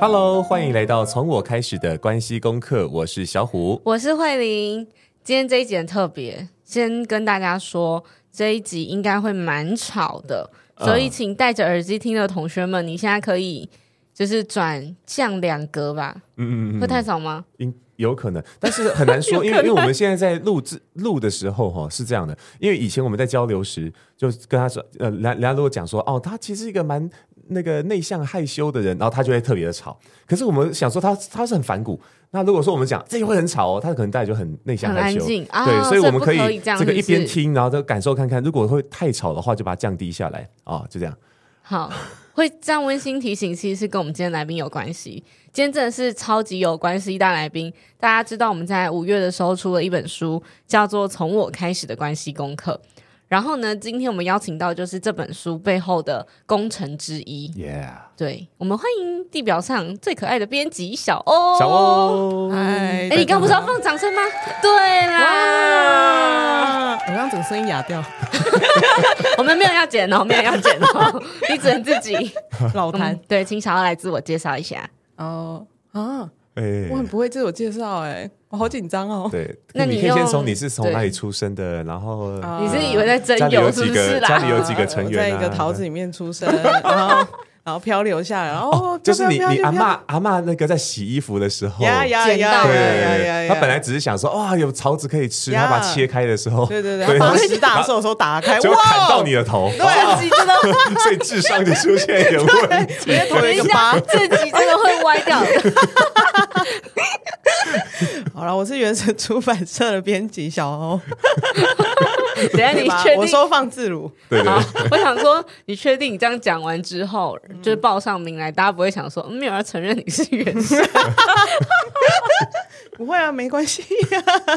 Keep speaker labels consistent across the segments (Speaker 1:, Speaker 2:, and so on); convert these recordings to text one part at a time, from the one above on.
Speaker 1: Hello，欢迎来到从我开始的关系功课，我是小虎。
Speaker 2: 我是慧玲。今天这一集很特别，先跟大家说，这一集应该会蛮吵的，
Speaker 1: 嗯
Speaker 2: 所以请戴着耳机听的同学们，你现在可以就是转降两格吧，
Speaker 1: 嗯嗯嗯
Speaker 2: 会太吵吗？
Speaker 1: 应有可能，但是很难 说，因为因为我们现在在录制录的时候哈、是这样的，因为以前我们在交流时就跟他说，呃，人家人家如果讲说哦，他其实是一个蛮那个内向害羞的人，然后他就会特别的吵。可是我们想说他他是很反骨，那如果说我们讲这就会很吵哦，他可能大家就很内向
Speaker 2: 很
Speaker 1: 害
Speaker 2: 安
Speaker 1: 羞。
Speaker 2: 静啊，
Speaker 1: 对，所以我们
Speaker 2: 不可
Speaker 1: 以
Speaker 2: 这样，
Speaker 1: 这个一
Speaker 2: 是不是
Speaker 1: 边听，然后再感受看看，如果会太吵的话，就把它降低下来啊、就
Speaker 2: 哦
Speaker 1: 这样。
Speaker 2: 好，会这样温馨提醒，其实是跟我们今天来宾有关系。今天真的是超级有关系大来宾。大家知道我们在五月的时候出了一本书，叫做《从我开始的关系功课》。然后呢，今天我们邀请到就是这本书背后的功臣之一。
Speaker 1: Yeah，
Speaker 2: 对，我们欢迎地表上最可爱的编辑小欧。
Speaker 1: 小，欧，
Speaker 3: 嗨，
Speaker 2: 哎，你刚不是要放掌声吗？对啦，
Speaker 3: 哇！我刚整个声音哑掉，
Speaker 2: 我们没有要剪哦，没有要剪哦， 你只能自己。
Speaker 3: 老
Speaker 2: 我
Speaker 1: 嗯
Speaker 2: 们
Speaker 3: 谭
Speaker 2: 对，请小欧来自我介绍一下。
Speaker 3: 哦啊，
Speaker 1: 哎
Speaker 3: 我很不会自我介绍哎，我好紧张哦。
Speaker 1: 对，
Speaker 2: 那
Speaker 1: 你
Speaker 2: 你
Speaker 1: 可以先
Speaker 2: 用
Speaker 1: 从你是从
Speaker 2: 对
Speaker 1: 哪里出生的，然后
Speaker 3: 啊
Speaker 2: 你是以为在
Speaker 1: 家
Speaker 2: 真
Speaker 1: 里有
Speaker 2: 有是
Speaker 1: 几
Speaker 2: 不
Speaker 1: 个
Speaker 2: 是
Speaker 1: 家里
Speaker 2: 啦？
Speaker 1: 有几个成
Speaker 3: 我
Speaker 1: 员啊
Speaker 3: 在一个桃子里面 出生，然后然后漂流下来，然后
Speaker 1: 哦
Speaker 3: 哦
Speaker 1: 就是你
Speaker 3: 飘
Speaker 1: 你阿
Speaker 3: 飘飘飘
Speaker 1: 嬷阿嬷那个在洗衣服的时候，
Speaker 3: 呀呀呀
Speaker 2: 捡到
Speaker 3: 呀
Speaker 1: 对
Speaker 3: 呀呀呀，
Speaker 1: 她本来只是想说哇有草子可以吃，
Speaker 3: 呀
Speaker 1: 她把它切开的时候，
Speaker 3: 对对对，
Speaker 1: 对，
Speaker 3: 他
Speaker 1: 然后
Speaker 3: 把十大寿的时候打 开，
Speaker 1: 结果
Speaker 3: 哇哦
Speaker 1: 砍到你，的头，
Speaker 3: 对，自己 真的
Speaker 1: 所以智商就出现一点问 题。
Speaker 3: 直接头
Speaker 2: 等
Speaker 3: 一
Speaker 2: 一
Speaker 3: 个
Speaker 2: 下
Speaker 3: 疤，。
Speaker 2: 这集真的会歪 掉的。
Speaker 3: 好了，我是原神出版社的编辑小欧，
Speaker 2: 等一
Speaker 1: 哎
Speaker 2: 下你
Speaker 3: 对吧
Speaker 2: 确定？
Speaker 3: 我收放自如，
Speaker 1: 对对
Speaker 2: 好，我想说，你确定你这样讲完之后，
Speaker 1: 嗯
Speaker 2: 就是报上名来，大家不会想说，嗯没有人承认你是原 生。
Speaker 3: 不会啊，没关系啊，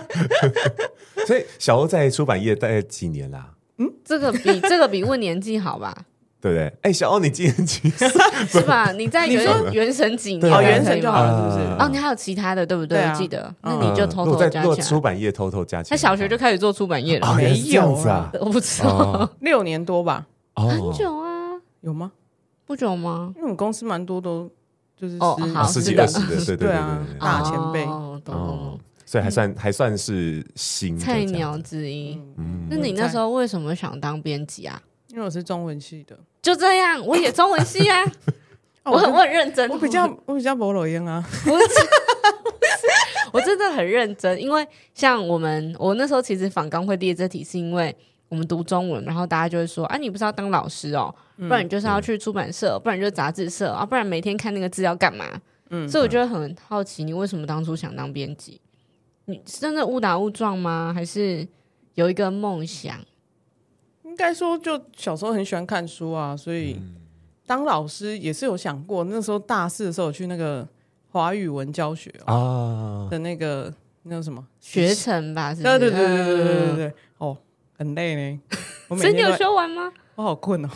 Speaker 1: 对，所以小欧在出版业待了几年啦？
Speaker 2: 这个比这个比问年纪好吧？
Speaker 1: 对不对？哎，小欧你今年几岁？
Speaker 2: 是吧？你在
Speaker 3: 你说
Speaker 2: 原原神几
Speaker 1: 对
Speaker 2: 年？
Speaker 1: 啊
Speaker 3: 哦，原神就好
Speaker 2: 可以吗
Speaker 3: 了，是不
Speaker 1: 啊
Speaker 3: 是？
Speaker 2: 哦，你还有其他的，对不对？
Speaker 3: 对啊
Speaker 2: 我记得，那
Speaker 3: 嗯
Speaker 2: 你就偷
Speaker 1: 呃如果
Speaker 2: 偷
Speaker 1: 在
Speaker 2: 地
Speaker 1: 如
Speaker 2: 加
Speaker 1: 果
Speaker 2: 起
Speaker 1: 出
Speaker 2: 来。
Speaker 1: 版业偷偷加起
Speaker 2: 他
Speaker 1: 来，
Speaker 2: 小学就开始做出版业了，
Speaker 1: 哦，原来是这样子啊，
Speaker 2: 我不知
Speaker 1: 哦
Speaker 2: 道，
Speaker 3: 六年多吧，
Speaker 2: 很
Speaker 1: 哦，
Speaker 2: 久啊，
Speaker 3: 有吗？
Speaker 2: 不久吗？
Speaker 3: 因为我们公司蛮多都就是
Speaker 2: 哦
Speaker 3: 十
Speaker 2: 好
Speaker 1: 十几
Speaker 2: 是的
Speaker 1: 二十的，对对对
Speaker 3: 对啊
Speaker 1: 对
Speaker 3: 大前辈
Speaker 2: 哦，懂懂懂
Speaker 1: 哦，所以还算、还算是新的
Speaker 2: 菜
Speaker 1: 这样
Speaker 2: 鸟
Speaker 1: 子，
Speaker 2: 之一。
Speaker 1: 嗯
Speaker 2: 那你那时
Speaker 3: 候，
Speaker 2: 候为什么想当编辑啊？
Speaker 3: 因为我是中文系的，
Speaker 2: 就这样，我也中文系啊，
Speaker 3: 哦
Speaker 2: 我很我很认真，
Speaker 3: 我比较我比较不老烟啊，
Speaker 2: 不是。 我真的很认真，因为像我们，我那时候其实访纲会列这题，是因为我们读中文，然后大家就会说啊，你不是要当老师哦，
Speaker 3: 嗯
Speaker 2: 不然你就是要去出版社，不然你就杂志社啊，不然每天看那个资料干嘛？
Speaker 3: 嗯
Speaker 2: 所以我就会很好奇，你为什么当初想当编辑？你是真的误打误撞吗？还是有一个梦想？
Speaker 3: 应该说就小时候很喜欢看书啊，所以
Speaker 1: 嗯
Speaker 3: 当老师也是有想过。那时候大四的时候，我去那个华语文教学哦
Speaker 1: 啊，
Speaker 3: 的那个那叫什么？
Speaker 2: 学程吧，是不
Speaker 3: 对
Speaker 2: 是
Speaker 3: 对对对对对对对，哦，很 累呢。我每
Speaker 2: 所以你
Speaker 3: 天
Speaker 2: 有
Speaker 3: 都在
Speaker 2: 修完吗？
Speaker 3: 我好困哦，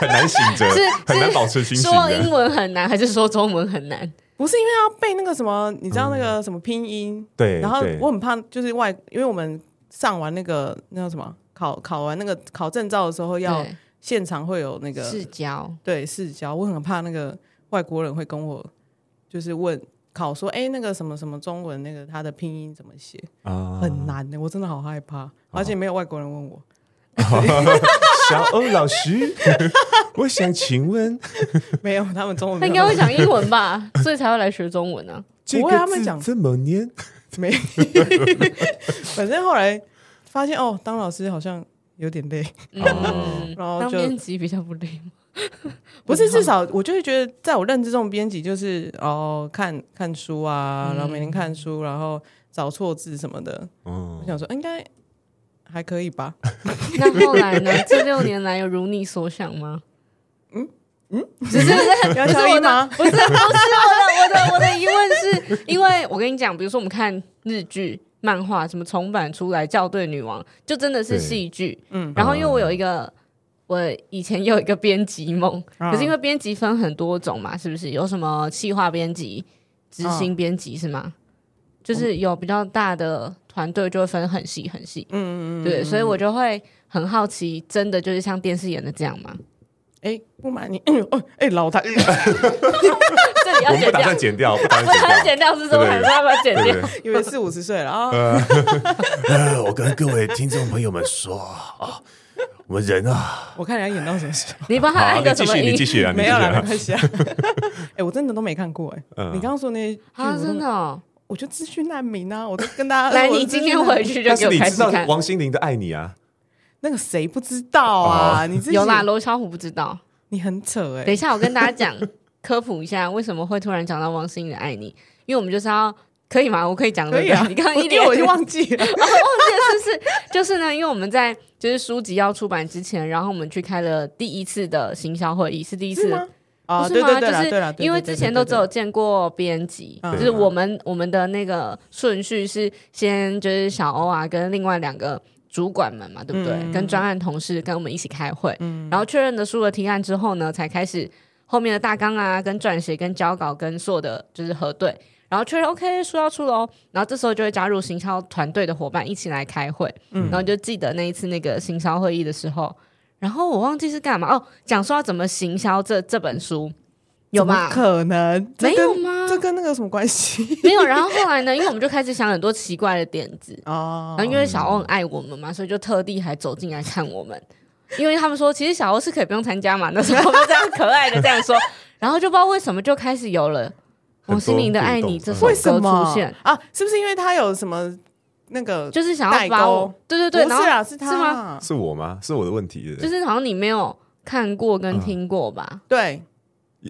Speaker 1: 很难醒着
Speaker 2: 是，
Speaker 1: 很难保持清醒
Speaker 2: 说英
Speaker 1: 的，
Speaker 2: 文很难，还是说中文很难？
Speaker 3: 不是因为要背那个什么，你知道那个什么拼音，
Speaker 1: 对，
Speaker 3: 然后
Speaker 1: 对
Speaker 3: 我很怕，就是外，因为我们上完那个那叫什么考考完那个考证照的时候，要
Speaker 2: 对
Speaker 3: 现场会有那个
Speaker 2: 市交，
Speaker 3: 对视角，我很怕那个外国人会跟我就是问考说，哎，那个什么什么中文那个它的拼音怎么写，
Speaker 1: 啊
Speaker 3: 很难的，我真的好害怕，而且没有外国 人问我，
Speaker 1: 小欧老师， 我想请问
Speaker 3: 没有，他们中文
Speaker 2: 他应
Speaker 3: 没有
Speaker 2: 该会讲英文 吧，所以才会来学中文啊。
Speaker 1: 这
Speaker 3: 不
Speaker 1: 个
Speaker 3: 会他们
Speaker 1: 字
Speaker 3: 讲
Speaker 1: 怎么念？
Speaker 3: 没， 反正后来发现哦，当老师好像有点累，
Speaker 1: 哦
Speaker 2: 嗯，
Speaker 3: 然后
Speaker 2: 当
Speaker 3: 就
Speaker 2: 编辑比较不累吗？
Speaker 3: 不是，至少我就会觉得，在我认知中，编辑就是哦，看看书啊，
Speaker 2: 嗯
Speaker 3: 然后每天看书，然后找错字什么的。
Speaker 1: 嗯
Speaker 3: 我，想说，应该还可 以吧。
Speaker 2: 那后来呢？这六年来有如你所想吗？嗯嗯，只是
Speaker 3: 要
Speaker 2: 不是
Speaker 3: 消
Speaker 2: 我
Speaker 3: 音
Speaker 2: 的，
Speaker 3: 吗？
Speaker 2: 不是不是我的我的我的疑问是因为我跟你讲，比如说我们看日剧。漫画什么重版出来，《校对女王》就真的是
Speaker 1: 对
Speaker 2: 戏剧。
Speaker 3: 嗯
Speaker 2: 然后因为我有一个，我以前有一个编辑梦，
Speaker 3: 啊
Speaker 2: 可是因为编辑分很多种嘛，是不是？有什么企划编辑、执行编辑是吗？就是有比较大的团队就会分很细很细，
Speaker 3: 嗯嗯嗯，
Speaker 2: 对，所以我就会很好奇，真的就是像电视演的这样吗？
Speaker 3: 哎、哎，不瞒你， 哦，哎，老谭，
Speaker 2: 这里
Speaker 1: 啊我
Speaker 2: 要
Speaker 1: 们不
Speaker 2: 剪
Speaker 1: 打
Speaker 2: 掉
Speaker 1: 算，剪 掉，不打
Speaker 2: 我打
Speaker 1: 算
Speaker 2: 算剪掉是这么，
Speaker 1: 对
Speaker 2: 还是要把它剪
Speaker 1: 对
Speaker 2: 掉
Speaker 1: 不？对？
Speaker 3: 以为四五十岁 了啊，
Speaker 1: 呃， 我跟各位听众朋友们说啊，我们人 啊，
Speaker 3: 我看人家演到什么时候？
Speaker 2: 你帮他按
Speaker 1: 好，
Speaker 2: 一
Speaker 1: 你
Speaker 2: 个
Speaker 1: 继
Speaker 2: 什么
Speaker 1: 续，
Speaker 2: 音
Speaker 1: 你？继续啊，你
Speaker 3: 没
Speaker 1: 继
Speaker 3: 有啦，没
Speaker 1: 续啊。
Speaker 3: 关系啊。哎，我真的都没看过哎。
Speaker 1: 嗯
Speaker 3: 你刚刚说那些剧
Speaker 2: 啊，
Speaker 3: 我都
Speaker 2: 真的哦！
Speaker 3: 我就资讯难民啊，我都跟大家
Speaker 2: 来，
Speaker 3: 我是
Speaker 2: 你
Speaker 3: 资
Speaker 2: 今
Speaker 3: 讯
Speaker 2: 天
Speaker 3: 难民
Speaker 2: 回去就
Speaker 1: 但
Speaker 2: 给
Speaker 1: 是
Speaker 2: 我
Speaker 1: 你
Speaker 2: 开
Speaker 1: 知
Speaker 2: 始
Speaker 1: 道
Speaker 2: 看。
Speaker 1: 王心凌的《爱你》啊，
Speaker 3: 那个谁不知道啊？你自己
Speaker 2: 哦有啦，罗小虎不知道。
Speaker 3: 你很扯哎、
Speaker 2: 等一下，我跟大家讲科普一下，为什么会突然讲到王心凌的《爱你》，因为我们就是要可以吗？我可以讲
Speaker 3: 可
Speaker 2: 对
Speaker 3: 以
Speaker 2: 不对
Speaker 3: 啊，
Speaker 2: 你刚刚
Speaker 3: 我
Speaker 2: 一
Speaker 3: 因
Speaker 2: 脸
Speaker 3: 为我已经忘记了，
Speaker 2: 是是是，就是呢，因为我们在就是书籍要出版之前，然后我们去开了第一次的行销会议，是第一次
Speaker 3: 是吗？啊，
Speaker 2: 不
Speaker 3: 对
Speaker 2: 是
Speaker 3: 对
Speaker 2: 吗？
Speaker 3: 对啦，对啦，
Speaker 2: 就是
Speaker 3: 对
Speaker 2: 因为
Speaker 3: 对对
Speaker 2: 之前都
Speaker 3: 对
Speaker 2: 只有见过编辑，
Speaker 3: 嗯
Speaker 2: 就是我们我们的那个顺序是先就是小欧啊跟另外两个主管们嘛，对不对？
Speaker 3: 嗯
Speaker 2: 跟专案同事跟我们一起开会，然后确认了书的提案之后呢，才开始后面的大纲啊、跟撰写、跟交稿、跟所有的就是核对。然后确认 OK 书要出喽，然后这时候就会加入行销团队的伙伴一起来开会，
Speaker 3: 嗯
Speaker 2: 然后就记得那一次那个行销会议的时候，然后我忘记是干嘛哦，讲说要怎么行销这这本书，有
Speaker 3: 怎么
Speaker 2: 吗？
Speaker 3: 可能这
Speaker 2: 没有
Speaker 3: 跟
Speaker 2: 吗？
Speaker 3: 这跟那个有什么关 系
Speaker 2: 没有。然后后来呢，因为我们就开始想很多奇怪的点子，
Speaker 3: 哦
Speaker 2: 然后因为小欧很爱我们嘛，所以就特地还走进来看我们，因为他们说其实小欧是可以不用参加嘛，那时候我们这样可爱的这样说，然后就不知道为什么就开始有了
Speaker 1: 很多
Speaker 2: 王心凌的《爱你》这首
Speaker 3: 为什
Speaker 2: 歌
Speaker 3: 么
Speaker 2: 出现，
Speaker 3: 啊？是不是因为他有什么那个？
Speaker 2: 就是想要把
Speaker 3: 代
Speaker 2: 我
Speaker 3: 沟，
Speaker 2: 对对对，
Speaker 3: 不
Speaker 2: 然
Speaker 3: 是
Speaker 2: 后
Speaker 3: 啊，是他
Speaker 2: 是
Speaker 3: 啊
Speaker 2: 吗
Speaker 1: 是我吗？是我的问题。
Speaker 2: 就
Speaker 1: 就是
Speaker 2: 好像你没有看过
Speaker 1: 嗯
Speaker 2: 跟听过吧？
Speaker 3: 对，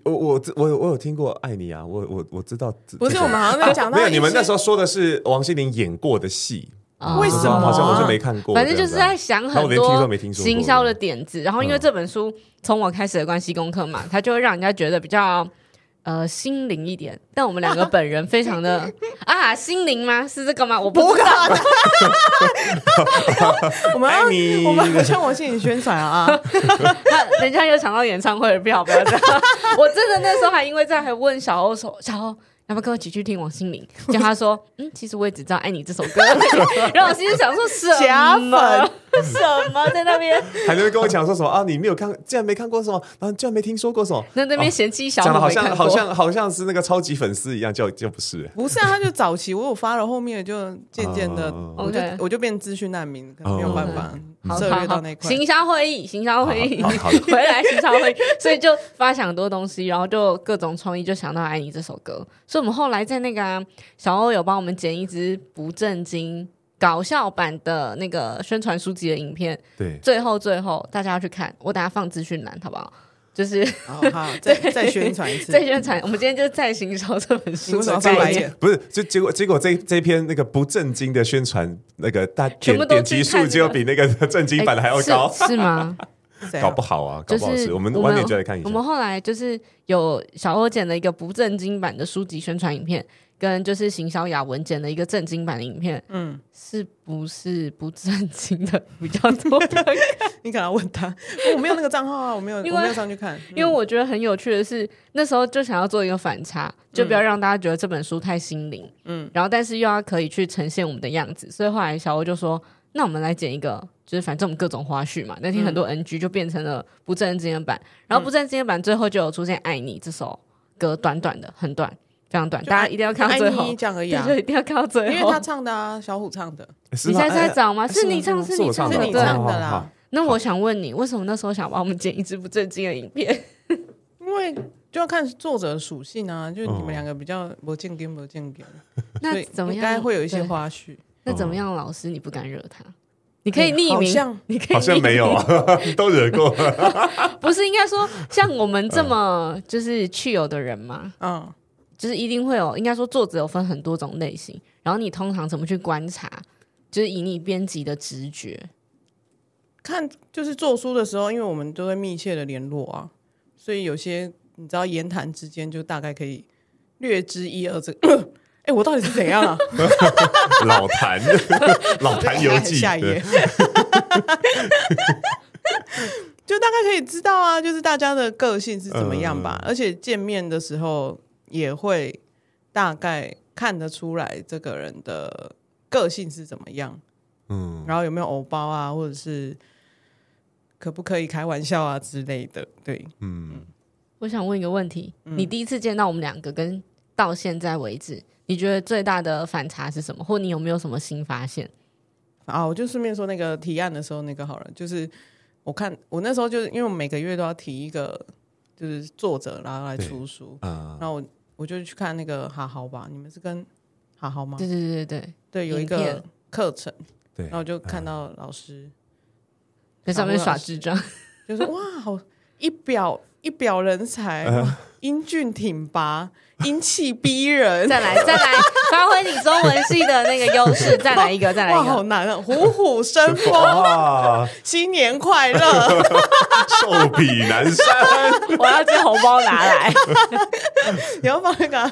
Speaker 1: 我我我我有听过《爱你》啊，我我我知道这。
Speaker 3: 不是
Speaker 1: 这首
Speaker 3: 我们好像在讲到
Speaker 1: 没有，你们那时
Speaker 3: 候
Speaker 1: 候说的是王心凌演过的戏，
Speaker 2: 啊
Speaker 3: 为什么
Speaker 1: 好像哦我是没看过，
Speaker 2: 反正就是
Speaker 1: 这样
Speaker 2: 在
Speaker 1: 子啊
Speaker 2: 想
Speaker 1: 然后我
Speaker 2: 很
Speaker 1: 连听都
Speaker 2: 多
Speaker 1: 没听说过嗯
Speaker 2: 行销的点子，然后因为这本书从我开始的关系功课嘛，它就会让人家觉得比较呃心灵一点。但我们两个本人非常 的啊心灵吗？是这个吗？我不
Speaker 3: 不啊
Speaker 2: 知
Speaker 3: 可
Speaker 2: 道。
Speaker 3: 能，我们要
Speaker 1: 爱哎你
Speaker 3: 我们好像我心理宣传啊，
Speaker 2: 他人家有抢到演唱会的票，不要这样。 我真的那时候还因为这样还问小欧说：“小欧，要不要跟我一起去听王心凌？”就他说：“嗯，其实我也只知道《爱你》这首歌。”然后我心里想说：“什
Speaker 3: 假
Speaker 2: 么
Speaker 3: 粉？
Speaker 2: 什么在那边？
Speaker 1: 啊还在那边跟我讲说什么啊？你没有看，竟然没看过什么，然后竟然没听说过什么，
Speaker 2: 那那边嫌弃小
Speaker 1: 讲的
Speaker 2: 欧
Speaker 1: 好
Speaker 2: 没看
Speaker 1: 像
Speaker 2: 过。”
Speaker 1: 好像好像是那个超级粉丝一样，就就不是。
Speaker 3: 不是啊，他就早期我有发了，后面就渐渐的，
Speaker 1: 哦
Speaker 3: 我就
Speaker 2: OK
Speaker 3: 我就变资讯难民，可能没有办法
Speaker 2: 好
Speaker 3: 涉
Speaker 2: 好
Speaker 3: 猎
Speaker 2: 好
Speaker 3: 到那，块。
Speaker 2: 行销会议，行销会议
Speaker 1: 好，好好 的
Speaker 2: 回来行销会议，所以就发想很多东西，然后就各种创意，就想到《爱你》这首歌。所以我们后来在那个啊、小欧有帮我们剪一支不正经搞笑版的那个宣传书籍的影片，
Speaker 1: 对，
Speaker 2: 最后最后大家要去看，我等下放资讯栏好不 好？就是
Speaker 3: 好好，再 再宣传一次。
Speaker 2: 再宣传，我们今天就再行销这本
Speaker 3: 你
Speaker 2: 书
Speaker 3: 为什
Speaker 2: 的
Speaker 3: 么要翻白
Speaker 2: 概念。
Speaker 3: 眼？
Speaker 1: 不是，就结果结果这这篇那个不正经的宣传，那个大
Speaker 2: 全
Speaker 1: 点
Speaker 2: 部都
Speaker 1: 点
Speaker 2: 去
Speaker 1: 击
Speaker 2: 看
Speaker 1: 数
Speaker 2: 那
Speaker 1: 就
Speaker 2: 个哎
Speaker 1: 比那个正经版的还要高，
Speaker 2: 是是吗？
Speaker 3: 谁啊
Speaker 1: 搞不好啊，搞
Speaker 2: 就
Speaker 1: 不好
Speaker 2: 是
Speaker 1: 是。我们
Speaker 2: 我
Speaker 1: 晚点就来看一
Speaker 2: 我
Speaker 1: 下。
Speaker 2: 们后来就是有小欧剪了一个不正经版的书籍宣传影片，跟就是行销雅文剪了一个正经版的影片，
Speaker 3: 嗯，
Speaker 2: 是不是不正经的比较多？
Speaker 3: 你可能要问他， 我没有那个账号啊，我没有，我
Speaker 2: 因为
Speaker 3: 没有上去看，嗯
Speaker 2: 因为我觉得很有趣的是，那时候就想要做一个反差，就
Speaker 3: 嗯
Speaker 2: 不要让大家觉得这本书太心灵，嗯，然后但是又要可以去呈现我们的样子，所以后来小欧就说：“那我们来剪一个。”就是反正我们各种花絮嘛，那天很多
Speaker 3: 嗯
Speaker 2: NG 就变成了不正经的版，然后不正经的版最后就有出现《爱你》这首歌，短短的，很短，非常短，
Speaker 3: 就
Speaker 2: 大家
Speaker 3: 爱
Speaker 2: 一定要看到最后
Speaker 3: 爱你，这样而已
Speaker 2: 对，
Speaker 3: 啊
Speaker 2: 就，一定要看到
Speaker 3: 因
Speaker 2: 最
Speaker 3: 为
Speaker 2: 后
Speaker 3: 他。唱的啊，小虎唱的，
Speaker 1: 是
Speaker 2: 你
Speaker 1: 吗
Speaker 2: 现在在
Speaker 1: 哎
Speaker 2: 找吗？
Speaker 1: 哎
Speaker 2: 是你
Speaker 1: 吗
Speaker 2: 唱，
Speaker 1: 是
Speaker 2: 你
Speaker 1: 我
Speaker 2: 唱，
Speaker 1: 唱
Speaker 3: 是
Speaker 1: 的，
Speaker 3: 你
Speaker 2: 对。
Speaker 3: 唱
Speaker 1: 好
Speaker 3: 的啦。
Speaker 1: 好好
Speaker 2: 那我想问你，为什么那时候想把我们剪一支不正经的影片？
Speaker 3: 因为就要看作者的属性啊，就是你
Speaker 1: 哦
Speaker 3: 们两个比较不见根不见根， 所
Speaker 2: 那
Speaker 3: 以
Speaker 2: 怎么
Speaker 3: 应
Speaker 2: 样？
Speaker 3: 该会有一些
Speaker 2: 对
Speaker 3: 花絮。
Speaker 2: 那怎么样？老师，你不敢惹他？你可以匿
Speaker 3: 嗯哎好
Speaker 2: 名，
Speaker 3: 像
Speaker 2: 你可以
Speaker 1: 好像没有
Speaker 2: 匿名，
Speaker 1: 啊，都惹过。
Speaker 2: 不是应该说像我们这么就是去有的人嘛，
Speaker 3: 嗯，
Speaker 2: 就是一定会有，应该说作者有分很多种类型，然后你通常怎么去观察，就是以你编辑的直觉，
Speaker 3: 看就是做书的时候，因为我们都会密切的联络啊，所以有些你知道言谈之间就大概可以略知一二。这个， 哎、我到底是怎样啊？
Speaker 1: 老谭，老谭游记，
Speaker 3: 下一页。 就大概可以知道啊，就是大家的个性是怎么样吧，而且见面的时候也会大概看得出来这个人的个性是怎么样，
Speaker 1: 嗯，
Speaker 3: 然后有没有偶包啊，或者是可不可以开玩笑啊之类的。对，
Speaker 1: 嗯，
Speaker 2: 我想问一个问题：
Speaker 3: 嗯
Speaker 2: 你第一次见到我们两个，跟到现在为止，你觉得最大的反差是什么？或你有没有什么新发现？
Speaker 3: 啊，我就顺便说那个提案的时候那个好了，就是我看我那时候就是因为我每个月都要提一个，就是作者然后来出书，
Speaker 1: 啊、
Speaker 3: 然后我我就去看那个哈豪吧，你们是跟哈豪吗？
Speaker 2: 对对对对
Speaker 3: 对，有一
Speaker 2: 影
Speaker 3: 个
Speaker 2: 片
Speaker 3: 课程，
Speaker 1: 对啊
Speaker 3: 然后我就看到老师
Speaker 2: 在上面耍智障，
Speaker 3: 就说哇，好一表一表人才，
Speaker 1: 啊
Speaker 3: 哇英俊挺拔，英气逼人，
Speaker 2: 再来再来，发挥你中文系的那个优势，再来一个，再来
Speaker 3: 哇，
Speaker 2: 一
Speaker 3: 好
Speaker 2: 个。
Speaker 3: 难啊，虎虎生风，
Speaker 1: 哇，
Speaker 3: 新年快乐。
Speaker 1: 寿比南山，
Speaker 2: 我要这红包拿 来，
Speaker 3: 你要放那个啊，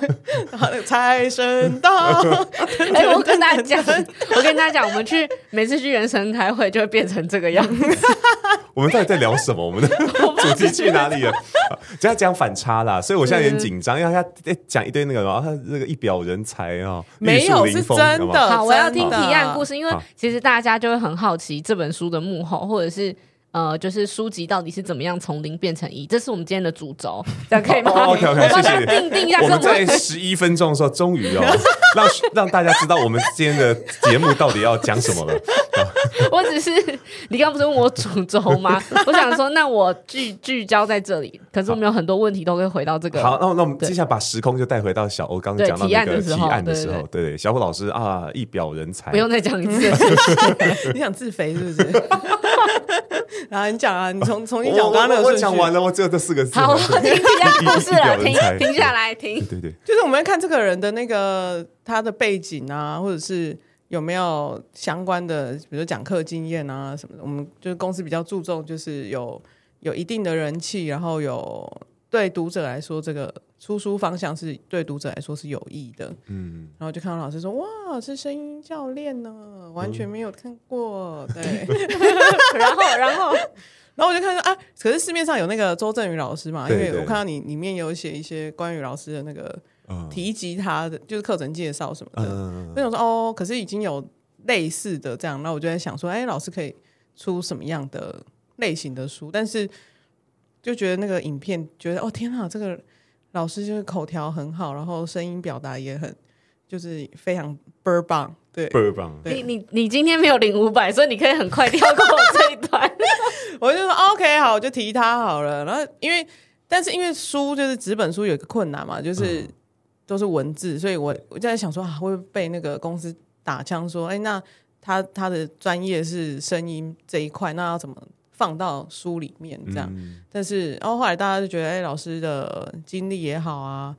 Speaker 3: 然后那个财神到，
Speaker 2: 哎、我跟大家讲，我跟大家讲，我们去每次去人神开会就会变成这个样子。
Speaker 1: 我们到底在聊什么？我们的主题去哪里了？啊只要讲反差啦，所以我现在有点紧张，因为他在讲一堆那个，然后他那个一表人才哦，
Speaker 3: 没有
Speaker 1: 玉树临风
Speaker 3: 是真的
Speaker 1: 你知道吗
Speaker 2: 好，我要听
Speaker 3: 真
Speaker 2: 提
Speaker 3: 的
Speaker 2: 案故事，因为
Speaker 1: 好
Speaker 2: 其实大家就会很好奇这本书的幕后，或者是呃，就是书籍到底是怎么样从零变成一，这是我们今天的主轴， 这样可以吗？
Speaker 1: 哦，OK，OK，
Speaker 2: 我帮大
Speaker 1: 谢谢
Speaker 2: 家定定一下，
Speaker 1: 我
Speaker 2: 跟
Speaker 1: 们
Speaker 2: 我
Speaker 1: 在
Speaker 2: 们
Speaker 1: 十一分钟的时候，终于哦，让让大家知道我们今天的节目到底要讲什么了。
Speaker 2: 我只是你刚不是问我主轴 吗？我想说，那我聚聚焦在这里，可是我们有很多问题都会回到这个。
Speaker 1: 好，那那我们接下来把时空就带回到小欧刚刚
Speaker 2: 对
Speaker 1: 讲到
Speaker 2: 提
Speaker 1: 那
Speaker 2: 案
Speaker 1: 个
Speaker 2: 的时
Speaker 1: 提
Speaker 2: 候
Speaker 1: 案的
Speaker 2: 对
Speaker 1: 时
Speaker 2: 对
Speaker 1: 候，对对，小虎老师啊，一表人才
Speaker 2: 不。用再讲一次 了，
Speaker 3: 你想自肥是不是？ 然后你讲啊，你从从你
Speaker 1: 我
Speaker 3: 讲
Speaker 1: 我
Speaker 3: 刚刚那个
Speaker 1: 我
Speaker 3: 顺序
Speaker 1: 讲完了，我只有这四个字。
Speaker 2: 好，我要听其他故事了，
Speaker 1: 一表人
Speaker 2: 停
Speaker 1: 才
Speaker 2: 停下来，停
Speaker 1: 对。对对，
Speaker 3: 就是我们要看这个人的那个他的背景啊，或者是有没有相关的，比如讲课经验啊什么的。我们就是公司比较注重，就是有有一定的人气，然后有对读者来说，这个出书方向是对读者来说是有益的。
Speaker 1: 嗯，
Speaker 3: 然后就看到老师说：“哇，是声音教练呢，完
Speaker 1: 嗯
Speaker 3: 全没有看过。对，
Speaker 2: 然后，然后，
Speaker 3: 然后我就看说：“啊，可是市面上有那个周振宇老师嘛，因
Speaker 1: 对
Speaker 3: 为
Speaker 1: 对
Speaker 3: 我看到你里面有写一些关于老师的那个
Speaker 1: 嗯
Speaker 3: 提及他的，就是课程介绍什么的。
Speaker 1: 嗯
Speaker 3: 那种说哦，可是已经有类似的这样，那我就在想说，哎，老师可以出什么样的类型的书？但是就觉得那个影片，觉得哦天啊，这个老师就是口条很好，然后声音表达也很，就是非常倍儿棒，对。
Speaker 1: 倍儿棒。
Speaker 3: 对
Speaker 2: 你你你今天没有领五百，所以你可以很快跳过这一 段。
Speaker 3: 我就说 OK 好，我就提他好了。然后因为，但是因为书就是纸本书有一个困难嘛，就是、都是文字，所以我我就在想说啊，会不会被那个公司打枪说，哎，那他他的专业是声音这一块，那要怎么放到书里面这样？
Speaker 1: 嗯
Speaker 3: 但是然后后来大家就觉得，哎，老师的经历也好啊。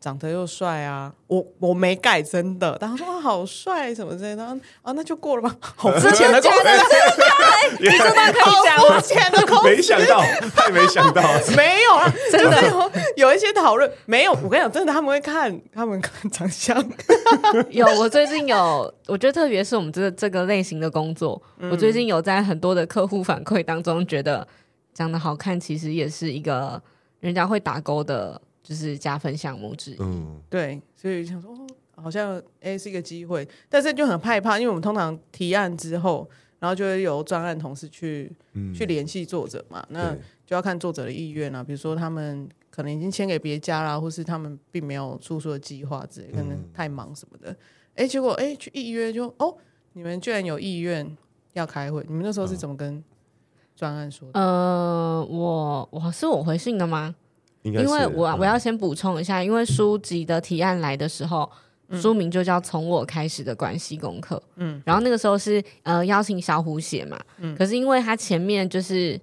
Speaker 3: 长得又帅啊，我我没改真的，大家说哇好帅什么之类的，然后啊那就过了吧， 好 肤浅的公司，
Speaker 2: 哎你这段可以讲
Speaker 3: 好
Speaker 2: 吗？
Speaker 3: 肤浅哦的公司，
Speaker 1: 没想到，太没想到，
Speaker 3: 没有啊，
Speaker 2: 真的
Speaker 3: 就是有有一些讨论，没有。我跟你讲，真的他们会看，他们看长相，
Speaker 2: 有，我最近有，我觉得特别是我们这这个类型的工作，
Speaker 3: 嗯
Speaker 2: 我最近有在很多的客户反馈当中，觉得长得好看其实也是一个人家会打勾的，就是加分项目之一。
Speaker 1: 嗯，
Speaker 3: 对，所以想说，哦，好像哎是一个机会，但是就很害怕，因为我们通常提案之后，然后就会由专案同事去、
Speaker 1: 嗯
Speaker 3: 去联系作者嘛，那
Speaker 1: 对
Speaker 3: 就要看作者的意愿啊，比如说他们。可能已经签给别家啦，或是他们并没有出书的计划之类，可能太忙什么的。哎、结果哎、去预约就哦，你们居然有意愿要开会，你们那时候是怎么跟专案说的？
Speaker 2: 呃，我我是我回信的吗？
Speaker 1: 应该是
Speaker 2: 因为我啊
Speaker 1: 嗯
Speaker 2: 我要先补充一下，因为书籍的提案来的时候，
Speaker 3: 嗯
Speaker 2: 书名就叫《从我开始的关系功课》。嗯，然后那个时候是呃邀请小虎写嘛，
Speaker 3: 嗯
Speaker 2: 可是因为他前面就是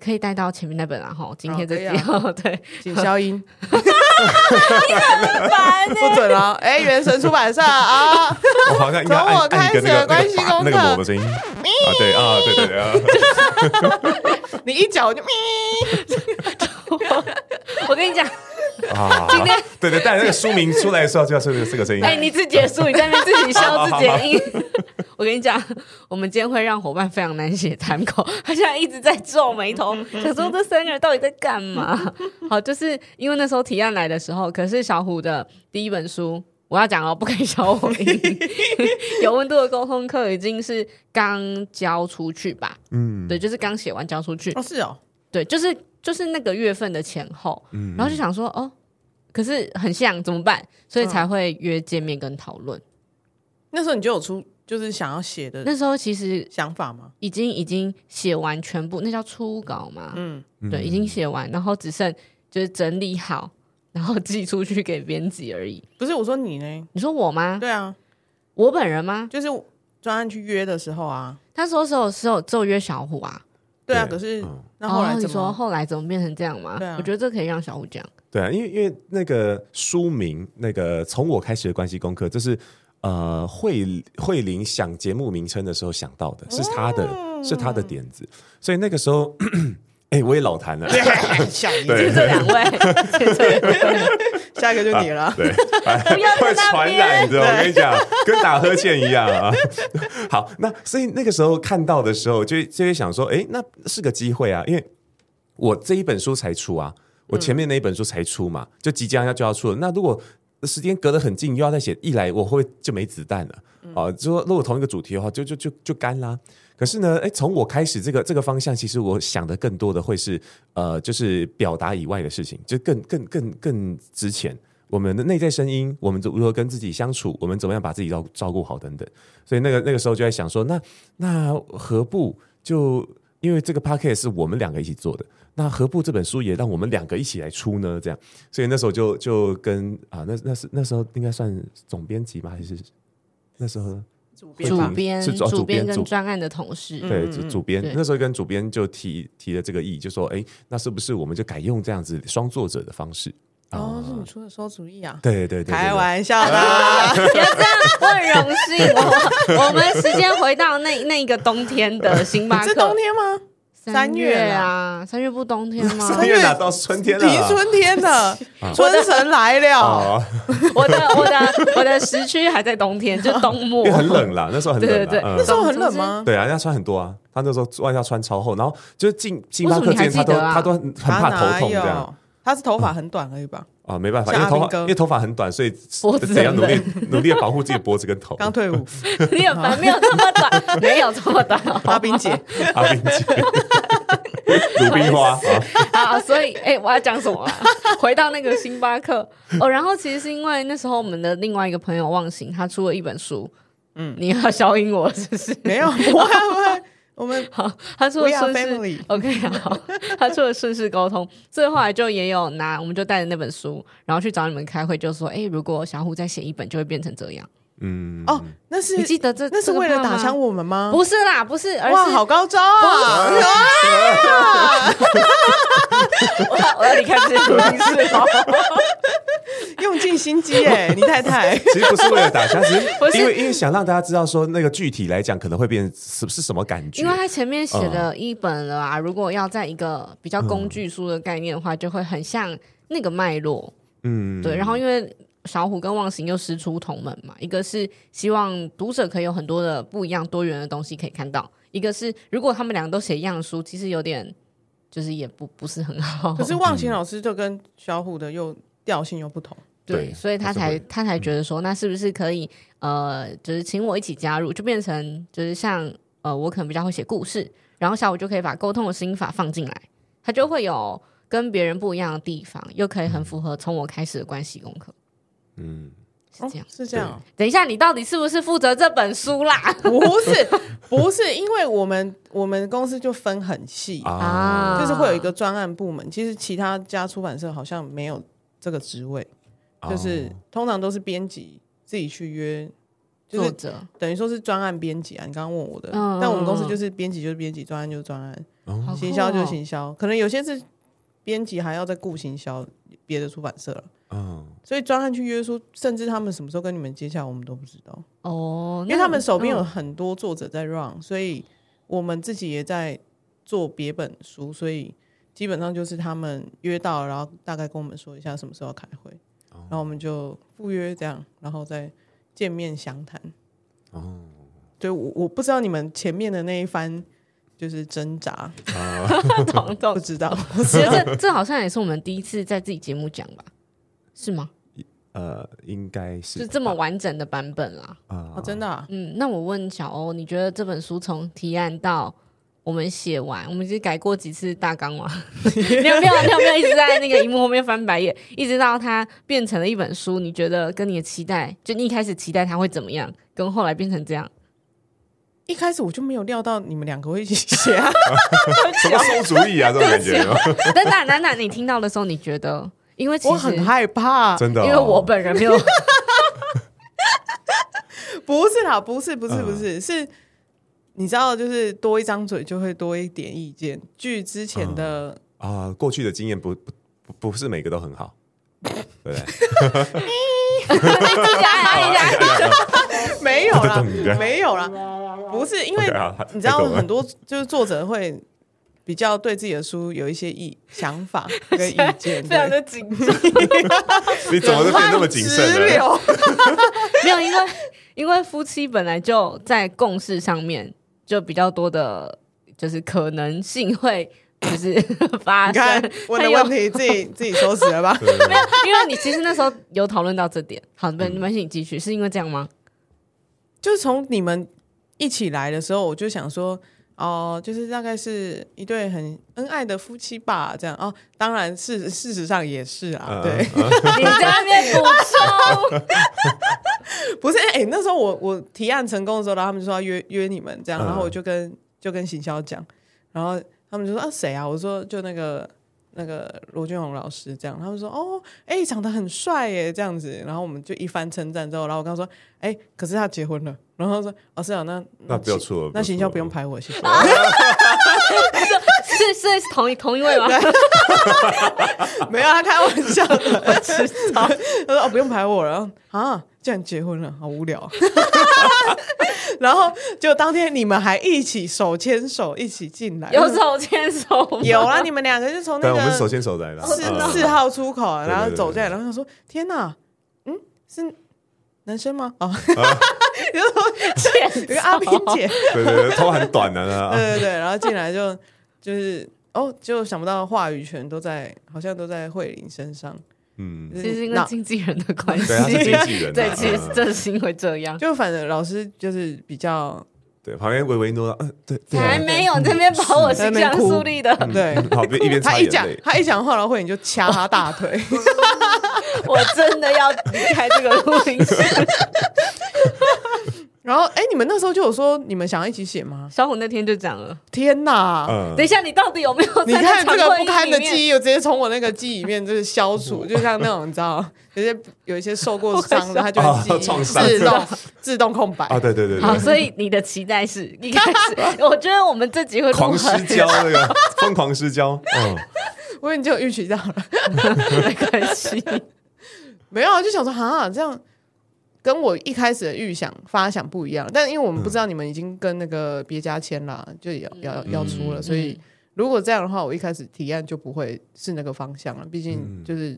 Speaker 2: 可以带到前面那本然后今天这集、
Speaker 3: 哦
Speaker 2: 对，
Speaker 3: 请消音。你很烦、不准啊！ 哎、原神出版社 啊，
Speaker 1: 我哦好像应该按
Speaker 3: 从我
Speaker 1: 按一个
Speaker 3: 开始
Speaker 1: 那
Speaker 3: 的
Speaker 1: 个
Speaker 3: 关系
Speaker 1: 那个把
Speaker 3: 功课
Speaker 1: 那个我的声音啊，对啊，对对对啊，
Speaker 3: 你一脚我就咪，
Speaker 2: 我跟你讲，
Speaker 1: 啊，
Speaker 2: 今天
Speaker 1: 对对，但那个书名出来的时候就要是这个声音，
Speaker 2: 哎、你自己结束，你在那边自己笑自己的音。 我跟你讲，我们今天会让伙伴非常难写谈口，他现在一直在皱眉头，想说这三个人到底在干 嘛？好，就是因为那时候提案来的时候，可是小虎的第一本书。我要讲了，哦不可以消我音。 有温度的沟通课已经是刚交出去吧？
Speaker 1: 嗯，
Speaker 2: 对，就是刚写完交出去，
Speaker 3: 哦，是哦，
Speaker 2: 对，就是就是那个月份的前后，
Speaker 1: 嗯，
Speaker 2: 然后就想说哦，可是很像怎么办？所以才会约见面跟讨论。
Speaker 3: 那时候你就有出就是想要写的
Speaker 2: 那时候其实
Speaker 3: 想法吗？
Speaker 2: 已经已经写完全部，那叫初稿嘛，
Speaker 3: 嗯，
Speaker 1: 嗯
Speaker 2: 对，已经写完，然后只剩就是整理好，然后寄出去给编辑而已。
Speaker 3: 不是，我说你呢？
Speaker 2: 你说我吗？
Speaker 3: 对啊，
Speaker 2: 我本人吗？
Speaker 3: 就是专案去约的时候啊，
Speaker 2: 他说是有是有只有约小虎啊，
Speaker 3: 对啊，
Speaker 1: 对
Speaker 3: 可是
Speaker 1: 嗯
Speaker 3: 那后来
Speaker 2: 哦、你
Speaker 3: 怎
Speaker 2: 说
Speaker 3: 么？
Speaker 2: 后来怎么变成这样吗？
Speaker 3: 对啊
Speaker 2: 我觉得这可以让小虎讲。
Speaker 1: 对啊，因为因为那个书名，那个从我开始的关系功课，这是呃慧慧玲想节目名称的时候想到的，是她的、是她的点子，所以那个时候， 哎、我也老谈了，
Speaker 3: 下一
Speaker 1: 对
Speaker 2: 就
Speaker 3: 个，
Speaker 2: 这两位，就这两位
Speaker 3: 下一个就你了。
Speaker 1: 对，
Speaker 2: 不要
Speaker 1: 会
Speaker 2: 在那
Speaker 1: 传染
Speaker 2: 边。
Speaker 1: 的，我跟你讲，跟打呵欠一样啊。 好，那所以那个时候看到的时候，就就会想说，诶，那是个机会啊，因为我这一本书才出啊，我前面那一本书才出嘛，就即将要就要出了。那如果时间隔得很近，又要再写，一来我会不会就没子弹了。
Speaker 2: 嗯
Speaker 1: 啊，就说如果同一个主题的话，就就就就干啦。可是呢，诶，从我开始这个这个方向，其实我想的更多的会是呃，就是表达以外的事情，就更更更更值钱。我们的内在声音，我们如何跟自己相处，我们怎么样把自己照照顾好等等。所以那个那个时候就在想说，那那何不就因为这个 p a c k e t 是我们两个一起做的，那何不这本书也让我们两个一起来出呢？这样，所以那时候就就跟啊，那那是那时候应该算总编辑吗？还是那时候
Speaker 3: 主编
Speaker 2: 主
Speaker 3: 吧，
Speaker 2: 编、
Speaker 1: 是主
Speaker 2: 主编
Speaker 1: 主编
Speaker 2: 跟
Speaker 1: 主
Speaker 2: 专案的同事，
Speaker 1: 对，
Speaker 3: 嗯
Speaker 1: 主
Speaker 3: 嗯
Speaker 1: 主编
Speaker 2: 对
Speaker 1: 那时候跟主编就提提了这个意，就说，哎，那是不是我们就改用这样子双作者的方式？
Speaker 3: 哦，是你出的馊主意啊？
Speaker 1: 对对对对对，
Speaker 3: 开玩笑的啊，
Speaker 2: 有这样，我很荣幸。哦我我们时间回到那那一个冬天的星巴
Speaker 3: 是冬
Speaker 2: 克，
Speaker 3: 天吗？
Speaker 2: 三啊，三月不冬天 吗
Speaker 1: 三？月哪到春天了
Speaker 3: 已
Speaker 1: 啊？
Speaker 3: 经春天了，春神来了。
Speaker 1: 哦，
Speaker 2: 我的我的我的时区还在冬天，就冬末
Speaker 1: 因为，很冷啦，那时候很冷
Speaker 2: 对对
Speaker 1: 啦，
Speaker 2: 对，
Speaker 1: 嗯
Speaker 3: 那时候很冷吗？
Speaker 1: 对啊，人家穿很多啊，他那时候外套穿超厚，然后就是进星巴克之前，
Speaker 2: 为什么
Speaker 1: 他
Speaker 2: 你还记
Speaker 1: 都
Speaker 2: 得啊
Speaker 1: 他都很怕
Speaker 3: 他
Speaker 1: 头
Speaker 3: 哪
Speaker 1: 痛这样
Speaker 3: 有？他是头发很短而已吧？
Speaker 1: 啊，没办法，因为
Speaker 3: 像
Speaker 1: 头
Speaker 3: 阿兵
Speaker 1: 发
Speaker 3: 哥
Speaker 1: 因为头发很短，所以
Speaker 2: 脖子很
Speaker 1: 怎样努力努力地保护自己脖子跟头。
Speaker 3: 刚退伍，
Speaker 2: 总之你很烦，没有这么短，没有这么短哦
Speaker 3: 阿冰姐，
Speaker 1: 阿冰 姐，鲁冰花啊，
Speaker 2: 啊，所以哎、我要讲什么 啊？回到那个星巴克哦，然后其实是因为那时候我们的另外一个朋友忘形，他出了一本书，嗯，你要消音我是不是？
Speaker 3: 没 有，不会不会，我们
Speaker 2: 好，他出
Speaker 3: We
Speaker 2: 了
Speaker 3: are
Speaker 2: 顺
Speaker 3: family
Speaker 2: 势，OK，好，他出了顺势沟通，所以后来就也有拿，我们就带着那本书，然后去找你们开会，就说，哎、如果小虎再写一本，就会变成这样。
Speaker 1: 嗯，
Speaker 3: 哦，那是
Speaker 2: 你记得这
Speaker 3: 那是
Speaker 2: 这个
Speaker 3: 为了
Speaker 2: 怕吗
Speaker 3: 打枪我们吗？
Speaker 2: 不是啦，不是，而
Speaker 3: 哇，
Speaker 2: 是
Speaker 3: 好高招啊！
Speaker 2: 我要我要离开这个录音室哦，
Speaker 3: 用尽心机哎，你 太太
Speaker 1: 其实不是为了打枪，只是
Speaker 2: 不是
Speaker 1: 因为因为想让大家知道说那个具体来讲可能会变成是是什么感觉
Speaker 2: 因为。他前面写了一本了啊，如果要在一个比较工具书的概念的话，就会很像那个脉络。
Speaker 1: 嗯，
Speaker 2: 对，然后因为小虎跟忘形又师出同门嘛，一个是希望读者可以有很多的不一样多元的东西可以看到，一个是如果他们两个都写一样的书，其实有点就是也不不是很好，
Speaker 3: 可是忘情老师就跟小虎的又调性又不同，
Speaker 2: 对，
Speaker 1: 对
Speaker 2: 所以他
Speaker 1: 还是
Speaker 2: 才
Speaker 1: 会
Speaker 2: 他才觉得说，那是不是可以呃，就是请我一起加入，就变成就是像呃，我可能比较会写故事，然后下午就可以把沟通的心法放进来，他就会有跟别人不一样的地方，又可以很符合从我开始的关系功课，
Speaker 1: 嗯，
Speaker 2: 是这样
Speaker 3: 哦。是这样哦，
Speaker 2: 等一下，你到底是不是负责这本书啦？
Speaker 3: 不是不是，因为我们我们公司就分很细，
Speaker 1: 啊，
Speaker 3: 就是会有一个专案部门，其实其他家出版社好像没有这个职位，
Speaker 2: 啊
Speaker 3: 就是
Speaker 1: 哦
Speaker 3: 通常都是编辑自己去约。 就
Speaker 2: 作
Speaker 3: 是
Speaker 2: 者
Speaker 3: 等于说是专案编辑啊，你刚刚问我的，
Speaker 2: 嗯
Speaker 3: 但我们公司就是编辑就是编辑，专案就是专案，
Speaker 2: 好酷哦
Speaker 3: 行销就是行销，可能有些是编辑还要再顾行销别的出版社了，
Speaker 1: 嗯，
Speaker 3: 所以专案去约书，甚至他们什么时候跟你们接洽，我们都不知道，
Speaker 2: 哦，
Speaker 3: 因
Speaker 2: 那
Speaker 3: 为他们手边有
Speaker 2: 嗯
Speaker 3: 很多作者在 run，、所以我们自己也在做别本书，所以基本上就是他们约到，然后大概跟我们说一下什么时候要开会，
Speaker 2: 哦
Speaker 3: 然后我们就赴约这样，然后再见面详谈。
Speaker 1: 哦，
Speaker 3: 对我我不知道你们前面的那一番就是挣扎，
Speaker 2: 懂
Speaker 3: 不
Speaker 2: 懂。
Speaker 3: 知道
Speaker 2: 啊其实这这好像也是我们第一次在自己节目讲吧？是吗？
Speaker 1: 呃，应该是
Speaker 2: 就这么完整的版本啦。
Speaker 1: 啊、
Speaker 3: 哦，真的、啊，
Speaker 2: 嗯，那我问小欧，你觉得这本书从提案到我们写完，我们已经改过几次大纲了？ 你有没有，你有没有一直在那个荧幕后面翻白眼，一直到它变成了一本书？你觉得跟你的期待，就你一开始期待它会怎么样，跟后来变成这样？
Speaker 3: 一开始我就没有料到你们两个会一起 写啊，
Speaker 1: 什么馊主意啊，这种感觉，
Speaker 2: 但那那那你听到的时候，你觉得？因为其实
Speaker 3: 我很害怕。
Speaker 1: 真的哦、
Speaker 2: 因为我本 人没有，
Speaker 3: 不是啦，不是，不是，
Speaker 1: 嗯
Speaker 3: 不是，是你知道，就是多一张嘴就会多一点意见。据之前的，
Speaker 1: 啊、过去的经验不不不不是每个都很 好，对不对？
Speaker 2: 自己按一 下。
Speaker 1: 嗯
Speaker 3: 没有啦
Speaker 1: 对 对，啊
Speaker 3: 没有啦，不是因为
Speaker 1: OK，好
Speaker 3: 你知道
Speaker 1: 太懂了
Speaker 3: 很多就是作者会比较对自己的书有一些意想 法跟意见，
Speaker 2: 非常
Speaker 3: 对
Speaker 2: 的紧张，
Speaker 1: 你怎么都变那么谨慎
Speaker 3: 直
Speaker 1: 了？
Speaker 3: 流，
Speaker 2: 没有，因为因为夫妻本来就在共事上面就比较多的，就是可能性会就是 发
Speaker 3: 你
Speaker 2: 生
Speaker 3: 看。问
Speaker 2: 还
Speaker 3: 的
Speaker 2: 有
Speaker 3: 问题 自己自己收拾了吧？
Speaker 1: 对对对
Speaker 2: 因为你其实那时候有讨论到这点，好，没没关系，你继续，是因为这样吗？
Speaker 3: 就是从你们一起来的时候，我就想说，哦、就是大概是一对很恩爱的夫妻吧，这样哦。当然事事实上也是
Speaker 1: 嗯
Speaker 3: 啊，对，
Speaker 2: 你在那边补充，
Speaker 3: 不是哎、那时候我我提案成功的时候，然后他们就说要啊约约你们这样，
Speaker 1: 嗯
Speaker 3: 然后我就跟、就跟行销讲，然后他们就说啊谁啊？我说就那个那个罗俊宏老师这样，他们说哦哎、长得很帅耶这样子，然后我们就一番称赞之后，然后我刚说哎、可是他结婚了，然后他说哦是啊那
Speaker 1: 那不要
Speaker 3: 行
Speaker 1: 出了，
Speaker 3: 那行销不用
Speaker 1: 拍。
Speaker 3: 排我谢谢。
Speaker 2: 是是是同一同一位 吗？
Speaker 3: 没有，他开玩笑的，我知道。 他说哦，不用排我了啊，竟然结婚了，好无聊。 然后就当天你们还一起手牵手一起进来，
Speaker 2: 有手牵手吗，
Speaker 3: 有啊啦，你们两个就从
Speaker 1: 对，
Speaker 3: 那
Speaker 1: 我们手
Speaker 3: 个
Speaker 1: 牵手来的，嗯
Speaker 3: 四
Speaker 2: 啊
Speaker 3: 四号出口，
Speaker 1: 对对对
Speaker 3: 然后走进来，然后他说天哪，嗯，是男生吗？哦，
Speaker 1: 啊
Speaker 3: 你 就说
Speaker 2: 牵
Speaker 3: 有个阿斌姐，
Speaker 1: 对对对，头很短的 呢。啊
Speaker 3: 对对对，然后进来就 就是哦，就想不到话语权都在，好像都在慧玲身上。
Speaker 1: 嗯，
Speaker 3: 就
Speaker 2: 其实因为
Speaker 3: 那
Speaker 2: 经纪人的关系
Speaker 1: 对，，他是经纪人啊，
Speaker 2: 对，其实
Speaker 1: 嗯
Speaker 2: 正是因为这样，
Speaker 3: 就反正老师就是比较
Speaker 1: 对旁边唯唯诺诺，嗯，对对啊嗯
Speaker 2: 才，没有这边把我形象树立的，
Speaker 3: 对。
Speaker 1: 好，别一边
Speaker 3: 他
Speaker 1: 擦
Speaker 3: 一
Speaker 1: 眼
Speaker 3: 讲
Speaker 1: 泪，
Speaker 3: 他一讲话，然后慧颖就掐他大腿，
Speaker 2: 我真的要离开这个录音室。
Speaker 3: 然后哎、你们那时候就有说你们想要一起写吗？
Speaker 2: 小虎那天就讲了，
Speaker 3: 天哪！
Speaker 1: 嗯
Speaker 2: 等一，下你到底有没有
Speaker 3: 你
Speaker 2: 在那
Speaker 3: 看
Speaker 2: 场
Speaker 3: 这个
Speaker 2: 会
Speaker 3: 不
Speaker 2: 议
Speaker 3: 堪的
Speaker 2: 里面？
Speaker 3: 记忆，我直接从我那个记忆里面就是消除，就像那种你知道，有些有一些受 过伤的，他就会记
Speaker 1: 哦创
Speaker 3: 忆
Speaker 1: 伤
Speaker 3: 自动自动空白。
Speaker 1: 啊，对对对
Speaker 2: 好，
Speaker 1: 对，
Speaker 2: 所以你的期待是一开始，我觉得我们这集会录
Speaker 1: 狂
Speaker 2: 很
Speaker 1: 失 焦那个疯狂失焦，嗯，
Speaker 3: 我以为你就有预期到了，
Speaker 2: 没关系，嗯
Speaker 3: 没有啊，就想说哈，这样跟我一开始的预想发想不一样。但因为我们不知道你们已经跟那个别家签了，
Speaker 2: 嗯
Speaker 3: 就要要要出了，所以如果这样的话，我一开始提案就不会是那个方向了。毕竟就是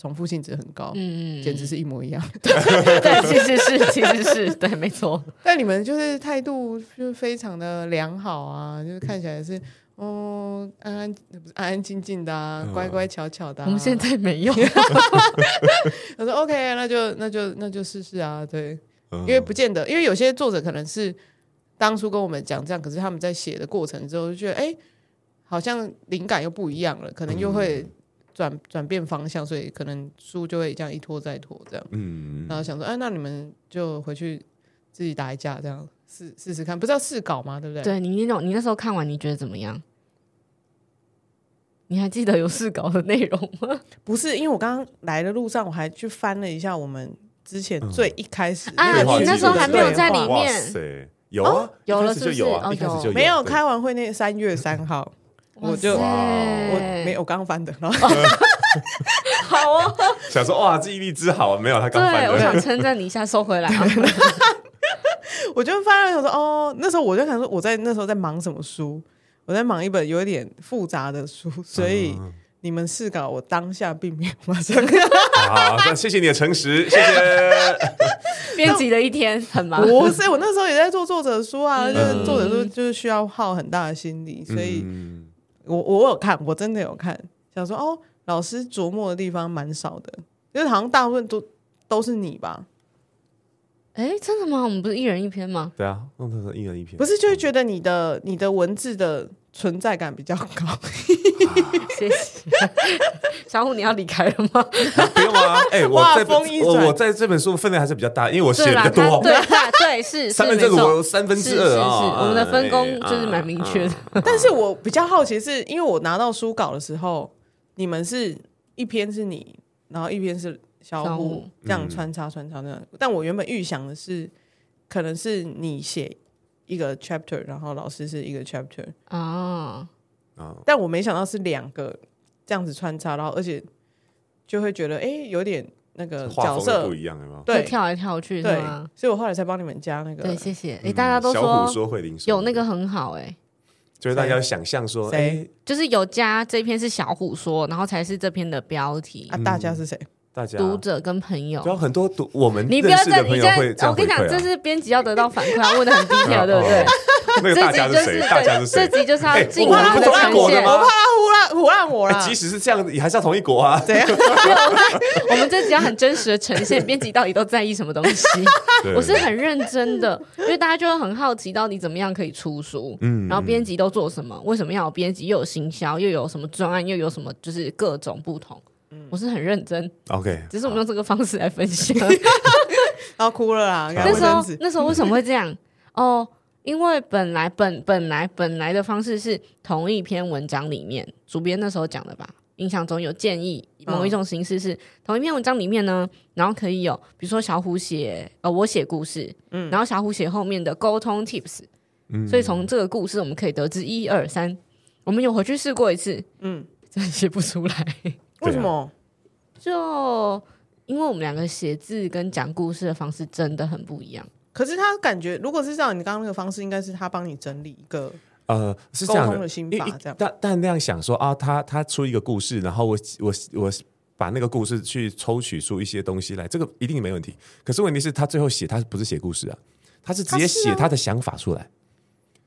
Speaker 3: 重复性质很高，
Speaker 2: 嗯，嗯，
Speaker 3: 简直是一模一样。
Speaker 2: 对，其实是其实是对，没错，
Speaker 3: 但你们就是态度就是非常的良好啊，就是看起来是。哦，安安不是安安静静的、啊，
Speaker 1: 嗯
Speaker 3: 乖乖巧巧的、啊。
Speaker 2: 我们现在没有，
Speaker 3: 他说 OK，那就那就那就试试啊，对。
Speaker 1: 嗯
Speaker 3: 因为不见得，因为有些作者可能是当初跟我们讲这样，可是他们在写的过程之后就觉得，哎、好像灵感又不一样了，可能又
Speaker 1: 嗯
Speaker 3: 会转转变方向，所以可能书就会这样一拖再拖这样。
Speaker 1: 嗯，
Speaker 3: 然后想说，哎、那你们就回去自己打一架这样试试试看，不是要试稿吗？对不对？
Speaker 2: 对你那种，你那时候看完你觉得怎么样？你还记得有试稿的内容吗？
Speaker 3: 不是，因为我刚刚来的路上，我还去翻了一下我们之前
Speaker 1: 嗯
Speaker 3: 最一开始的
Speaker 2: 啊
Speaker 3: 个
Speaker 1: 对话
Speaker 2: 你
Speaker 3: 记
Speaker 2: 那
Speaker 3: 录
Speaker 2: 时候还没有在里
Speaker 3: 对话
Speaker 1: 哇
Speaker 2: 面哦
Speaker 1: 塞，有啊，
Speaker 2: 有了
Speaker 1: 一开始就是有
Speaker 2: 不
Speaker 1: 啊，
Speaker 2: 是
Speaker 1: 一开始
Speaker 2: 哦
Speaker 1: 就
Speaker 2: 有
Speaker 3: 没
Speaker 1: 有
Speaker 3: 有
Speaker 1: 对
Speaker 3: 开完会那三月三号，我就
Speaker 2: 哇塞
Speaker 3: 我没有，我刚翻的，然后
Speaker 2: 好哦，
Speaker 1: 想说哇，记忆力之好，没有他
Speaker 2: 对
Speaker 1: 刚翻，
Speaker 2: 我
Speaker 1: 的，
Speaker 2: 想称赞你一下，收回来 啊。
Speaker 3: 我就翻了想说，哦，那时候我就想说，我在那时候在忙什么书？我在忙一本有一点复杂的书，所以
Speaker 1: 嗯
Speaker 3: 你们试稿，我当下并没有马上。
Speaker 1: 好，那谢谢你的诚 实，谢谢，
Speaker 2: 编辑的一天很忙，
Speaker 3: 不是，我那时候也在做作者书啊，就是
Speaker 1: 嗯
Speaker 3: 作者书就是需要耗很大的心力，所以
Speaker 1: 嗯
Speaker 3: 我我有看，我真的有看，想说哦，老师琢磨的地方蛮少的，就是好像大部分都都是你吧？
Speaker 2: 哎，真的吗？我们不是一人一篇吗？
Speaker 1: 对啊，弄成一人一篇，
Speaker 3: 不是，就会觉得你的你的文字的存在感比较高。
Speaker 2: 谢 谢。小虎，你要离开了吗？
Speaker 1: 不用啊，哎， 我
Speaker 3: 哇
Speaker 1: 在
Speaker 3: 风一转
Speaker 1: 我我在这本书的分量还是比较大，因为我写
Speaker 2: 是
Speaker 1: 的
Speaker 2: 啦，
Speaker 1: 比较
Speaker 2: 他
Speaker 1: 多，
Speaker 2: 对他对是是
Speaker 1: 三
Speaker 2: 没
Speaker 1: 分之
Speaker 2: 错，
Speaker 1: 五，三分
Speaker 2: 是
Speaker 1: 之
Speaker 2: 是是，
Speaker 1: 二啊，
Speaker 2: 我们的分工
Speaker 1: 哎
Speaker 2: 就是蛮明确的。。
Speaker 3: 但是我比较好奇是，因为我拿到书稿的时候，你们是一篇是你，然后一篇是小
Speaker 2: 小
Speaker 3: 虎
Speaker 2: 虎，
Speaker 3: 这样穿插穿插这样。但我原本预想的是，可能是你写一个 chapter，然后老师是一个 chapter，
Speaker 1: 啊
Speaker 2: 哦，
Speaker 3: 但我没想到是两个这样子穿插，然后而且就会觉得哎、诶有点那
Speaker 2: 嗯
Speaker 3: 个
Speaker 1: 画风
Speaker 3: 角
Speaker 1: 都
Speaker 3: 色
Speaker 1: 不一样，有没有？
Speaker 2: 会
Speaker 3: 对
Speaker 2: 跳来跳去
Speaker 3: 对
Speaker 2: 是吗？，
Speaker 3: 所以我后来才帮你们加那个啊
Speaker 2: 对，谢谢。哎，大家都
Speaker 1: 嗯小虎
Speaker 2: 说
Speaker 1: 说慧玲说
Speaker 2: 有那个，很好，哎，
Speaker 1: 就是大家要想象说，哎
Speaker 3: 谁，
Speaker 2: 就是有加这篇是小虎说，然后才是这篇的标题
Speaker 1: 嗯
Speaker 3: 啊，。大家是谁？
Speaker 1: 大家
Speaker 2: 读者跟朋友
Speaker 1: 啊就，有很多读我们
Speaker 2: 你不要
Speaker 1: 认识
Speaker 2: 再
Speaker 1: 的
Speaker 2: 你
Speaker 1: 朋友会这
Speaker 2: 样，
Speaker 1: 样
Speaker 2: 我跟你讲
Speaker 1: 回，馈啊
Speaker 2: 这是编辑要得到反馈，啊要问的很低调，对不 对
Speaker 1: 哦？那个大家
Speaker 2: 这
Speaker 1: 是
Speaker 2: 集就是
Speaker 1: 谁？大家是
Speaker 2: 这
Speaker 1: 谁？
Speaker 2: 集就是要
Speaker 1: 哎
Speaker 2: 尽
Speaker 1: 我
Speaker 2: 可
Speaker 1: 怕他
Speaker 2: 能
Speaker 1: 不
Speaker 2: 的
Speaker 1: 同
Speaker 2: 呈
Speaker 1: 意我的
Speaker 2: 现。啊
Speaker 1: 吗
Speaker 3: 他胡乱胡乱我啦
Speaker 1: 哎，，即使是这样，也还是要同一国啊。
Speaker 3: 怎样？
Speaker 2: 我们这集要很真实的呈现，编辑到底都在意什么东西？
Speaker 1: 对
Speaker 2: 我是很认真的，因为大家就会很好奇，到底怎么样可以出书，嗯，然后编辑都做什么？为什么要有编辑？又有行销，又有什么专案，又有什么就是各种不同。我是很认真，
Speaker 1: OK，
Speaker 2: 只是我们用这个方式来分 析。
Speaker 3: 然后哭了啦，
Speaker 1: 好
Speaker 3: 那
Speaker 2: 那时
Speaker 3: 时候
Speaker 2: 候那时候为什么会这样？ 哦，因为本来本本来本来的方式是同一篇文章里面，主编那时候讲的吧，印象中有建议某一种形式是、同一篇文章里面呢，然后可以有比如说小虎写呃我写故事，嗯，然后小虎写后面的沟通 tips，嗯，所以从这个故事我们可以得知一二三，我们有回去试过一次，
Speaker 3: 嗯，
Speaker 2: 真的写不出来，
Speaker 1: 啊
Speaker 3: 为什么？
Speaker 2: 就因为我们两个写字跟讲故事的方式真的很不一样。
Speaker 3: 可是他感觉，如果是照你刚刚那个方式，应该是他帮你整理一个，
Speaker 1: 呃，是这样
Speaker 3: 沟
Speaker 1: 的
Speaker 3: 通的心
Speaker 1: 因为
Speaker 3: 法
Speaker 1: 一
Speaker 3: 这样
Speaker 1: 但但那样想说啊，他他出一个故事，然后我我我把那个故事去抽取出一些东西来，这个一定没问题。可是问题是，他最后写他不是写故事啊，他是直接
Speaker 3: 他是啊
Speaker 1: 写他的想法出来。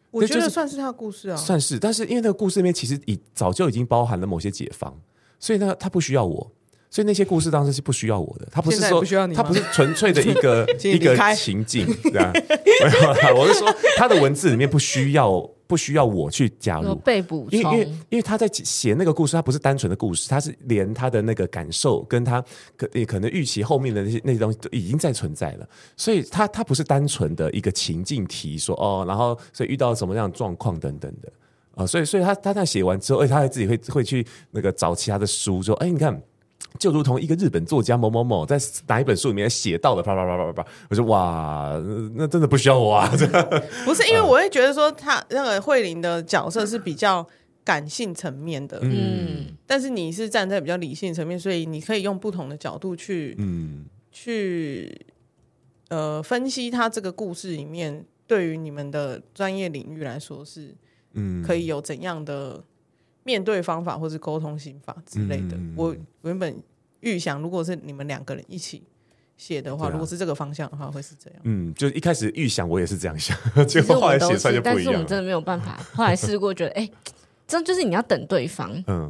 Speaker 3: 我
Speaker 1: 就
Speaker 3: 觉得
Speaker 1: 是
Speaker 3: 算是他的故事啊。
Speaker 1: 算是，但是因为那个故事里面其实已早就已经包含了某些解放，所以呢，他不需要我，所以那些故事当时是不需要我的，他不是
Speaker 3: 现在也
Speaker 1: 说
Speaker 3: 不需要你吗
Speaker 1: 他不是纯粹的一 个
Speaker 3: 请
Speaker 1: 一
Speaker 3: 你离
Speaker 1: 个
Speaker 3: 开
Speaker 1: 情境，对啊， 没有啦，我是说他的文字里面不需要不需要我去加
Speaker 2: 有
Speaker 1: 入。
Speaker 2: 被补
Speaker 1: 因为因为
Speaker 2: 充，
Speaker 1: 因为他在写那个故事，他不是单纯的故事，他是连他的那个感受跟他可也可能预期后面的那些那些东西都已经在存在了，所以他他不是单纯的一个情境题说哦，然后所以遇到什么样的状况等等的啊、所以所以他他那写完之后，而且他还自己会会去那个找其他的书说，哎，你看。就如同一个日本作家某某某在哪一本书里面写到的，啪啪啪啪啪啪，我说哇，那真的不需要我啊，这
Speaker 3: 不是因为我会觉得说他那个慧玲的角色是比较感性层面的，
Speaker 2: 嗯，
Speaker 3: 但是你是站在比较理性层面，所以你可以用不同的角度去，嗯，去呃分析他这个故事里面对于你们的专业领域来说是，嗯，可以有怎样的面对方法或是沟通心法之类的。
Speaker 1: 嗯
Speaker 3: 我我原本预想，如果是你们两个人一起写的话，
Speaker 1: 对啊
Speaker 3: 如果是这个方向的话，会是这样。
Speaker 1: 嗯，就一开始预想我也是这样想，
Speaker 2: 其
Speaker 1: 结
Speaker 2: 实
Speaker 1: 果
Speaker 2: 我
Speaker 1: 后
Speaker 2: 们
Speaker 1: 来
Speaker 2: 都
Speaker 1: 写出来
Speaker 2: 是，
Speaker 1: 就
Speaker 2: 但
Speaker 1: 不一
Speaker 2: 是我
Speaker 1: 样
Speaker 2: 们
Speaker 1: 了，
Speaker 2: 真的没有办法。后来试过，觉得哎、这就是你要等对方，
Speaker 1: 嗯。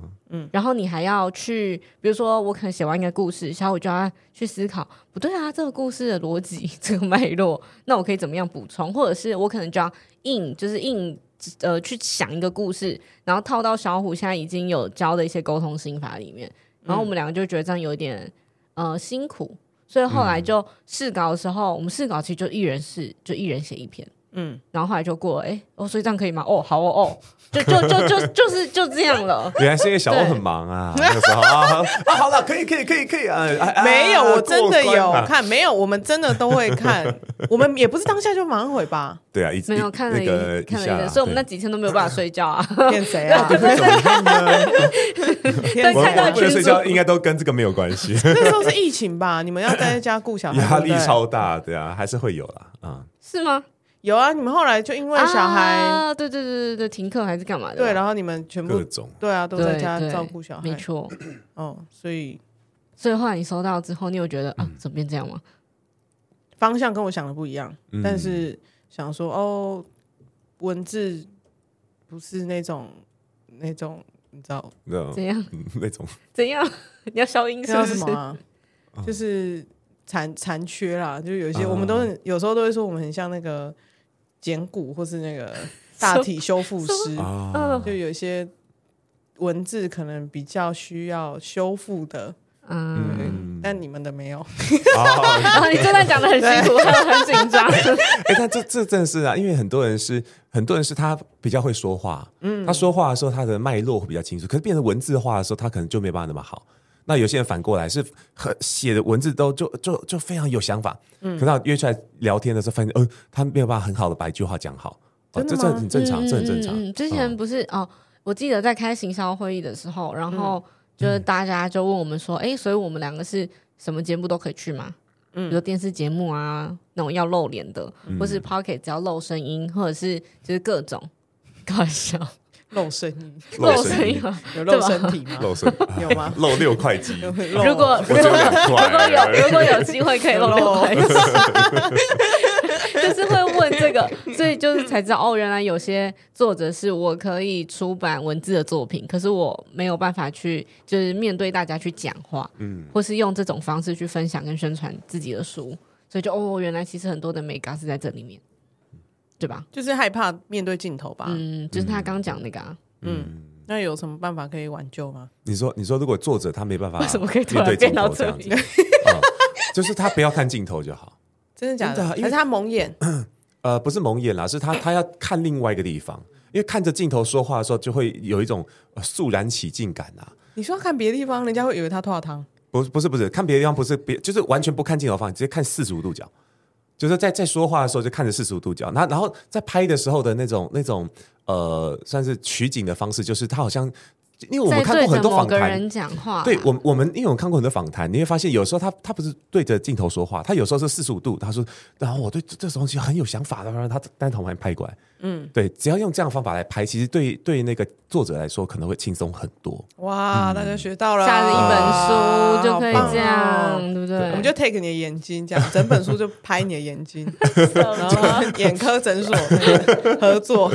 Speaker 2: 然后你还要去，比如说我可能写完一个故事，小五就要去思考，不对啊，这个故事的逻辑， 这个脉络，那我可以怎么样补充，或者是我可能就要硬，就是硬。呃，去想一个故事，然后套到小虎现在已经有教的一些沟通心法里面，然后我们两个就觉得这样有点呃辛苦，所以后来就试稿的时候，我们试稿其实就一人试，就一人写一篇，嗯，然后后来就过了，哎、哦，所以这样可以吗？哦，好哦，哦，就就就就就是就这样了。
Speaker 1: 原来是因为小欧
Speaker 2: 对
Speaker 1: 很忙啊，那时候啊啊，好了，可以可以可以可以啊，啊啊
Speaker 3: 没有，我真的
Speaker 1: 过关
Speaker 3: 有
Speaker 1: 啊
Speaker 3: 看，没有，我们真的都会 看，我们也不是当下就马上回吧，
Speaker 1: 对啊，一
Speaker 2: 没有
Speaker 1: 一
Speaker 2: 看了
Speaker 1: 那
Speaker 2: 一、
Speaker 1: 个
Speaker 2: 看了
Speaker 1: 下
Speaker 2: 一
Speaker 1: 啦
Speaker 2: 个，所以我们那
Speaker 1: 对
Speaker 2: 几天都没有办法睡觉啊。
Speaker 3: 骗谁啊？
Speaker 1: 怎么 看呢？
Speaker 3: 骗
Speaker 1: 我我
Speaker 2: 看到
Speaker 3: 谁
Speaker 1: 们
Speaker 3: 啊？
Speaker 1: 不能睡觉，应该都跟这个没有关系，
Speaker 3: 那时候是疫情吧？你们要待在家顾小 孩，
Speaker 1: 压
Speaker 3: 对
Speaker 1: 力
Speaker 3: 不对
Speaker 1: 超大，对啊，还是会有啦，啊，
Speaker 2: 是吗？
Speaker 3: 有啊，你们后来就因为小孩，
Speaker 2: 啊，对对对对对，停课还是干嘛的吧？
Speaker 3: 对，然后你们全
Speaker 1: 各
Speaker 3: 部
Speaker 1: 种
Speaker 3: 对啊，都
Speaker 2: 对
Speaker 3: 在家
Speaker 2: 对
Speaker 3: 照顾小
Speaker 2: 没
Speaker 3: 孩，
Speaker 2: 错。
Speaker 3: 哦，所以
Speaker 2: 所以后来你收到之后，你有觉得
Speaker 1: 嗯
Speaker 2: 啊，怎么变这样吗？
Speaker 3: 方向跟我想的不一样，
Speaker 1: 嗯
Speaker 3: 但是想说哦，文字不是那种那种，你知道
Speaker 1: 那种
Speaker 2: 怎样
Speaker 1: 嗯那种
Speaker 2: 怎样？你要消音
Speaker 3: 那
Speaker 2: 是不是
Speaker 3: 叫
Speaker 1: 哦
Speaker 3: 什么？啊？就是残残缺啦，就有一些、
Speaker 1: 嗯
Speaker 3: 我们都是有时候都会说我们很像那个简骨或是 那个大体修复师，
Speaker 2: 嗯
Speaker 1: 啊，
Speaker 3: 就有一些文字可能比较需要修复的，
Speaker 2: 嗯，
Speaker 1: 嗯
Speaker 3: 但你们的没有。
Speaker 1: 好
Speaker 2: 然后你这段讲的很辛苦，很紧张。
Speaker 1: 哎、但这这真的是啊，因为很多人是很多人是他比较会说话，嗯，他说话的时候他的脉络会比较清楚，可是变成文字化的时候，他可能就没办法那么好。那有些人反过来是很写的文字都就就就非常有想法，嗯，可到约出来聊天的时候，发现，嗯、他没有办法很好的把一句话讲好，啊，
Speaker 3: 真
Speaker 1: 这
Speaker 3: 的
Speaker 1: 这
Speaker 3: 吗
Speaker 1: 很正常，这很正常。
Speaker 2: 嗯嗯嗯之前不是、哦，我记得在开行销会议的时候，然后
Speaker 1: 嗯
Speaker 2: 就是大家就问我们说，哎、所以我们两个是什么节目都可以去吗？嗯，比如电视节目啊，那种要露脸的，
Speaker 1: 嗯
Speaker 2: 或是 Pocket 只要露声音，或者是就是各种搞笑
Speaker 3: 露声 音，
Speaker 1: 露
Speaker 2: 声
Speaker 1: 声
Speaker 2: 音
Speaker 1: 音。
Speaker 2: 啊。
Speaker 3: 有 露身体吗？
Speaker 1: 露身
Speaker 3: 有吗？
Speaker 1: 露六块 肌，
Speaker 3: 有露
Speaker 2: 如果
Speaker 1: 我
Speaker 2: 如
Speaker 1: 只
Speaker 2: 果
Speaker 1: 有两
Speaker 2: 如果有
Speaker 1: 块，
Speaker 2: 如果有机会可以露六块肌， 就是会问这个，所以就是才知道哦，原来有些作者是我可以出版文字的作品，可是我没有办法去就是面对大家去讲话，嗯，或是用这种方式去分享跟宣传自己的书，所以就哦，原来其实很多的美感是在这里面，对吧？
Speaker 3: 就是害怕面对镜头吧。
Speaker 2: 嗯，就是他刚讲那个、啊，
Speaker 3: 那有什么办法可以挽救吗？
Speaker 1: 你说，你说，如果作者他没办法，
Speaker 2: 为什么可以突
Speaker 1: 面
Speaker 2: 然
Speaker 1: 对
Speaker 2: 变
Speaker 1: 镜头
Speaker 2: 到
Speaker 1: 这
Speaker 2: 这
Speaker 1: 样子
Speaker 2: 里？
Speaker 1: 啊就是他不要看镜头就好。
Speaker 3: 真的假
Speaker 1: 真
Speaker 3: 的？
Speaker 1: 的啊
Speaker 3: 还
Speaker 1: 因为
Speaker 3: 是他蒙眼？
Speaker 1: 呃，不是蒙眼啦，是他他要看另外一个地方，因为看着镜头说话的时候，就会有一种呃肃然起敬感啊。
Speaker 3: 你说看别的地方，人家会以为他脱了汤。
Speaker 1: 不是不是不是，看别的地方不是别，就是完全不看镜头方向，直接看四十五度角，就是在在说话的时候就看着四十五度角，然后然后在拍的时候的那种那种呃，算是取景的方式，就是他好像，因为哦我们
Speaker 2: 在
Speaker 1: 看过
Speaker 2: 对
Speaker 1: 很
Speaker 2: 着
Speaker 1: 多
Speaker 2: 某
Speaker 1: 访
Speaker 2: 个
Speaker 1: 谈，
Speaker 2: 人讲话，
Speaker 1: 对我们，我们因为我看过很多访谈，你会发现有时候他他不是对着镜头说话，他有时候是四十五度，他说，然后我对这这东西很有想法的，然后他单头盘拍过来，嗯，对，只要用这样的方法来拍，其实对对那个作者来说可能会轻松很多。
Speaker 3: 哇，大家学到了，
Speaker 2: 下了一本书就可以
Speaker 3: 好棒哦
Speaker 2: 这样，对不对？
Speaker 3: 我们就 take 你的眼睛，这样整本书就拍你的眼 睛， 然后眼科诊 所那个合作，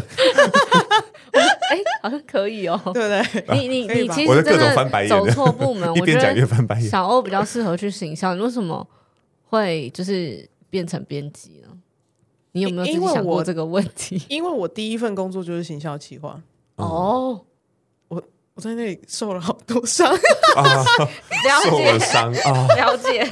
Speaker 2: 哎，好像可以哦。
Speaker 3: 对不对？
Speaker 2: 你你
Speaker 3: 可以
Speaker 2: 你
Speaker 3: 吧
Speaker 2: 其
Speaker 1: 我
Speaker 2: 实
Speaker 1: 在
Speaker 2: 真
Speaker 1: 各种翻白
Speaker 2: 的
Speaker 1: 眼
Speaker 2: 走错部
Speaker 1: 一
Speaker 2: 门，嗯我觉
Speaker 1: 边讲一边
Speaker 2: 得
Speaker 1: 翻白眼，
Speaker 2: 小欧比较适合去行销。你为什么会就是变成编辑呢？你有没有自
Speaker 3: 因
Speaker 2: 己
Speaker 3: 为
Speaker 2: 想过
Speaker 3: 我
Speaker 2: 这个问 题？
Speaker 3: 因为我第一份工作就是行销企划，
Speaker 2: 哦，
Speaker 3: 我在那里受了好多 伤，
Speaker 1: 啊，
Speaker 2: 了
Speaker 1: 受了
Speaker 2: 解
Speaker 1: 伤 啊，
Speaker 2: 了解，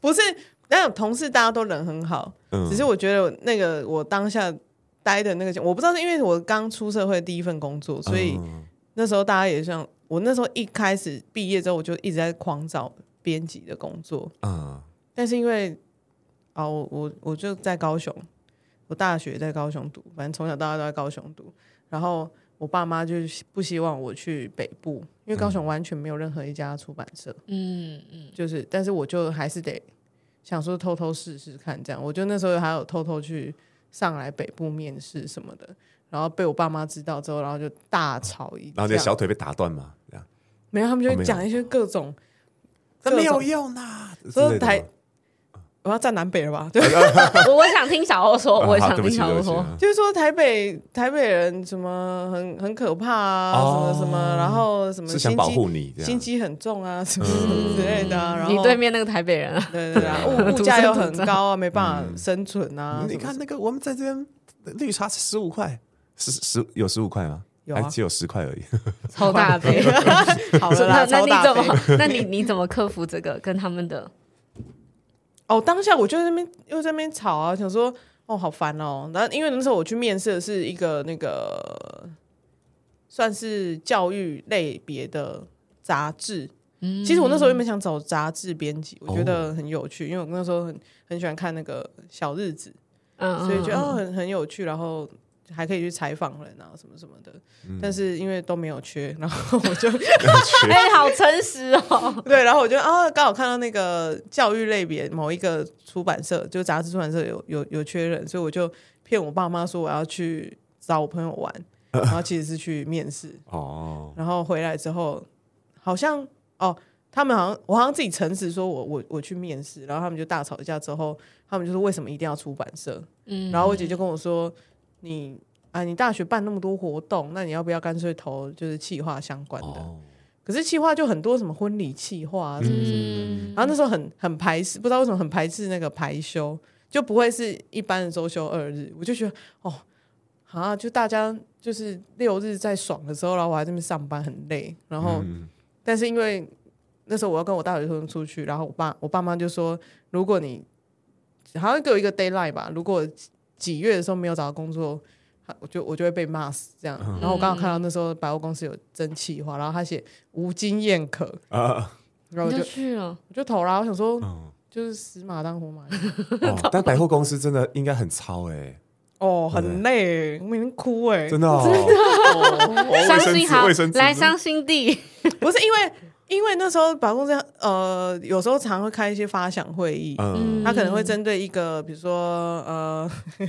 Speaker 3: 不是，那种同事大家都人很好，
Speaker 1: 嗯
Speaker 3: 只是我觉得那个我当下待的那个，我不知道是因为我刚出社会第一份工作，所以。
Speaker 1: 嗯
Speaker 3: 那时候大家也像我那时候一开始毕业之后，我就一直在狂找编辑的工作，
Speaker 1: 嗯
Speaker 3: 但是因为啊，我我我就在高雄，我大学在高雄读，反正从小到大都在高雄读，然后我爸妈就不希望我去北部，因为高雄完全没有任何一家出版社，
Speaker 2: 嗯嗯，
Speaker 3: 就是，但是我就还是得想说偷偷试试看，这样，我就那时候还有偷偷去上来北部面试什么的。然后被我爸妈知道之后，然后就大吵一架，
Speaker 1: 然后你的小腿被打断嘛，这样
Speaker 3: 没有，他们
Speaker 1: 哦
Speaker 3: 就
Speaker 1: 没
Speaker 3: 会
Speaker 1: 有
Speaker 3: 讲一些各种，
Speaker 1: 这没有
Speaker 3: 各种，
Speaker 1: 用呐，之
Speaker 3: 所
Speaker 1: 类
Speaker 3: 以
Speaker 1: 的
Speaker 3: 台
Speaker 1: 吗
Speaker 3: 我要站南北了吧？对，
Speaker 2: 我我想听小欧说，
Speaker 1: 啊
Speaker 2: 哦我也
Speaker 1: 好
Speaker 2: 想
Speaker 1: 对不
Speaker 2: 听
Speaker 1: 起，
Speaker 2: 小
Speaker 1: 对
Speaker 2: 欧
Speaker 1: 不起
Speaker 2: 说，
Speaker 1: 啊
Speaker 3: 就是说台北台北人什么很很可怕啊，
Speaker 1: 哦
Speaker 3: 什么什么，然后什么
Speaker 1: 是
Speaker 3: 心
Speaker 1: 想
Speaker 3: 机
Speaker 1: 保护你，这
Speaker 3: 心
Speaker 1: 样嗯
Speaker 3: 机很重啊，什么什么之类的啊，然后
Speaker 2: 嗯你对面那个台北人啊，
Speaker 3: 对对对啊，物物价又很高啊，没办法生存啊。
Speaker 1: 嗯你
Speaker 3: 什么
Speaker 1: 看那个，我们在这边绿茶十五块，十十有十五块吗？
Speaker 3: 有啊
Speaker 1: 还只有十块而 已。
Speaker 2: 超大杯。
Speaker 3: 好了
Speaker 2: 那那
Speaker 3: 啦，超
Speaker 2: 你
Speaker 3: 大
Speaker 2: 怎
Speaker 3: 杯。
Speaker 2: 么？那你你怎么克服这个跟他们的？
Speaker 3: 哦，当下我就在那边又在那边吵啊，想说哦好烦哦。然后因为那时候我去面试的是一个那个算是教育类别的杂志。
Speaker 2: 嗯
Speaker 3: 其实我那时候原本想找杂志编辑，我觉
Speaker 2: 哦
Speaker 3: 得很有趣，因为我那时候很很喜欢看那个小日子，
Speaker 2: 嗯，
Speaker 3: 所以觉得、
Speaker 2: 嗯
Speaker 3: 哦很很有趣，然后还可以去采访人啊什么什么的。
Speaker 2: 嗯
Speaker 3: 但是因为都没有缺，然后我就
Speaker 2: 哎，好诚实哦。
Speaker 3: 对，然后我就啊，刚好看到那个教育类别某一个出版社，就杂志出版社有有有缺人，所以我就骗我爸妈说我要去找我朋友玩，然后其实是去面试，
Speaker 1: 哦，
Speaker 3: 然后回来之后好像哦，他们好像我好像自己诚实说我我我去面试，然后他们就大吵一架之后，他们就说为什么一定要出版社？
Speaker 2: 嗯
Speaker 3: 然后我姐就跟我说你啊，你大学办那么多活动，那你要不要干脆投就是企划相关的？
Speaker 1: 哦，
Speaker 3: 可是企划就很多什么婚礼企划、啊，什么什么
Speaker 2: 嗯，
Speaker 3: 然后那时候很很排斥，不知道为什么很排斥那个排休，就不会是一般的周休二日。我就觉得哦，啊，就大家就是六日在爽的时候，然后我还在那边上班很累。然后，
Speaker 1: 嗯
Speaker 3: 但是因为那时候我要跟我大学同学出去，然后我爸我爸妈就说，如果你好像给我一个 d a y l i g h t 吧，如果几月的时候没有找到工作。啊我就我就会被骂死这样，然后我刚好看到那时候百货公司有蒸汽化，然后他写无经验可，
Speaker 1: 啊，
Speaker 3: 然
Speaker 2: 你
Speaker 3: 后我就
Speaker 2: 就去了，
Speaker 3: 我就投啦。我想说，
Speaker 1: 嗯
Speaker 3: 就是死马当活马医
Speaker 1: 哦但百货公司真的应该很糙哎，
Speaker 3: 哦，很累，我每天哭哎、
Speaker 1: 真的哦，
Speaker 2: 伤
Speaker 1: 卫生
Speaker 2: 心
Speaker 1: 纸
Speaker 2: 好
Speaker 1: 卫生，纸
Speaker 2: 来伤心地，
Speaker 3: 不是因为因为那时候百货公司呃，有时候常会开一些发想会议，
Speaker 1: 嗯，
Speaker 3: 他可能会针对一个比如说呃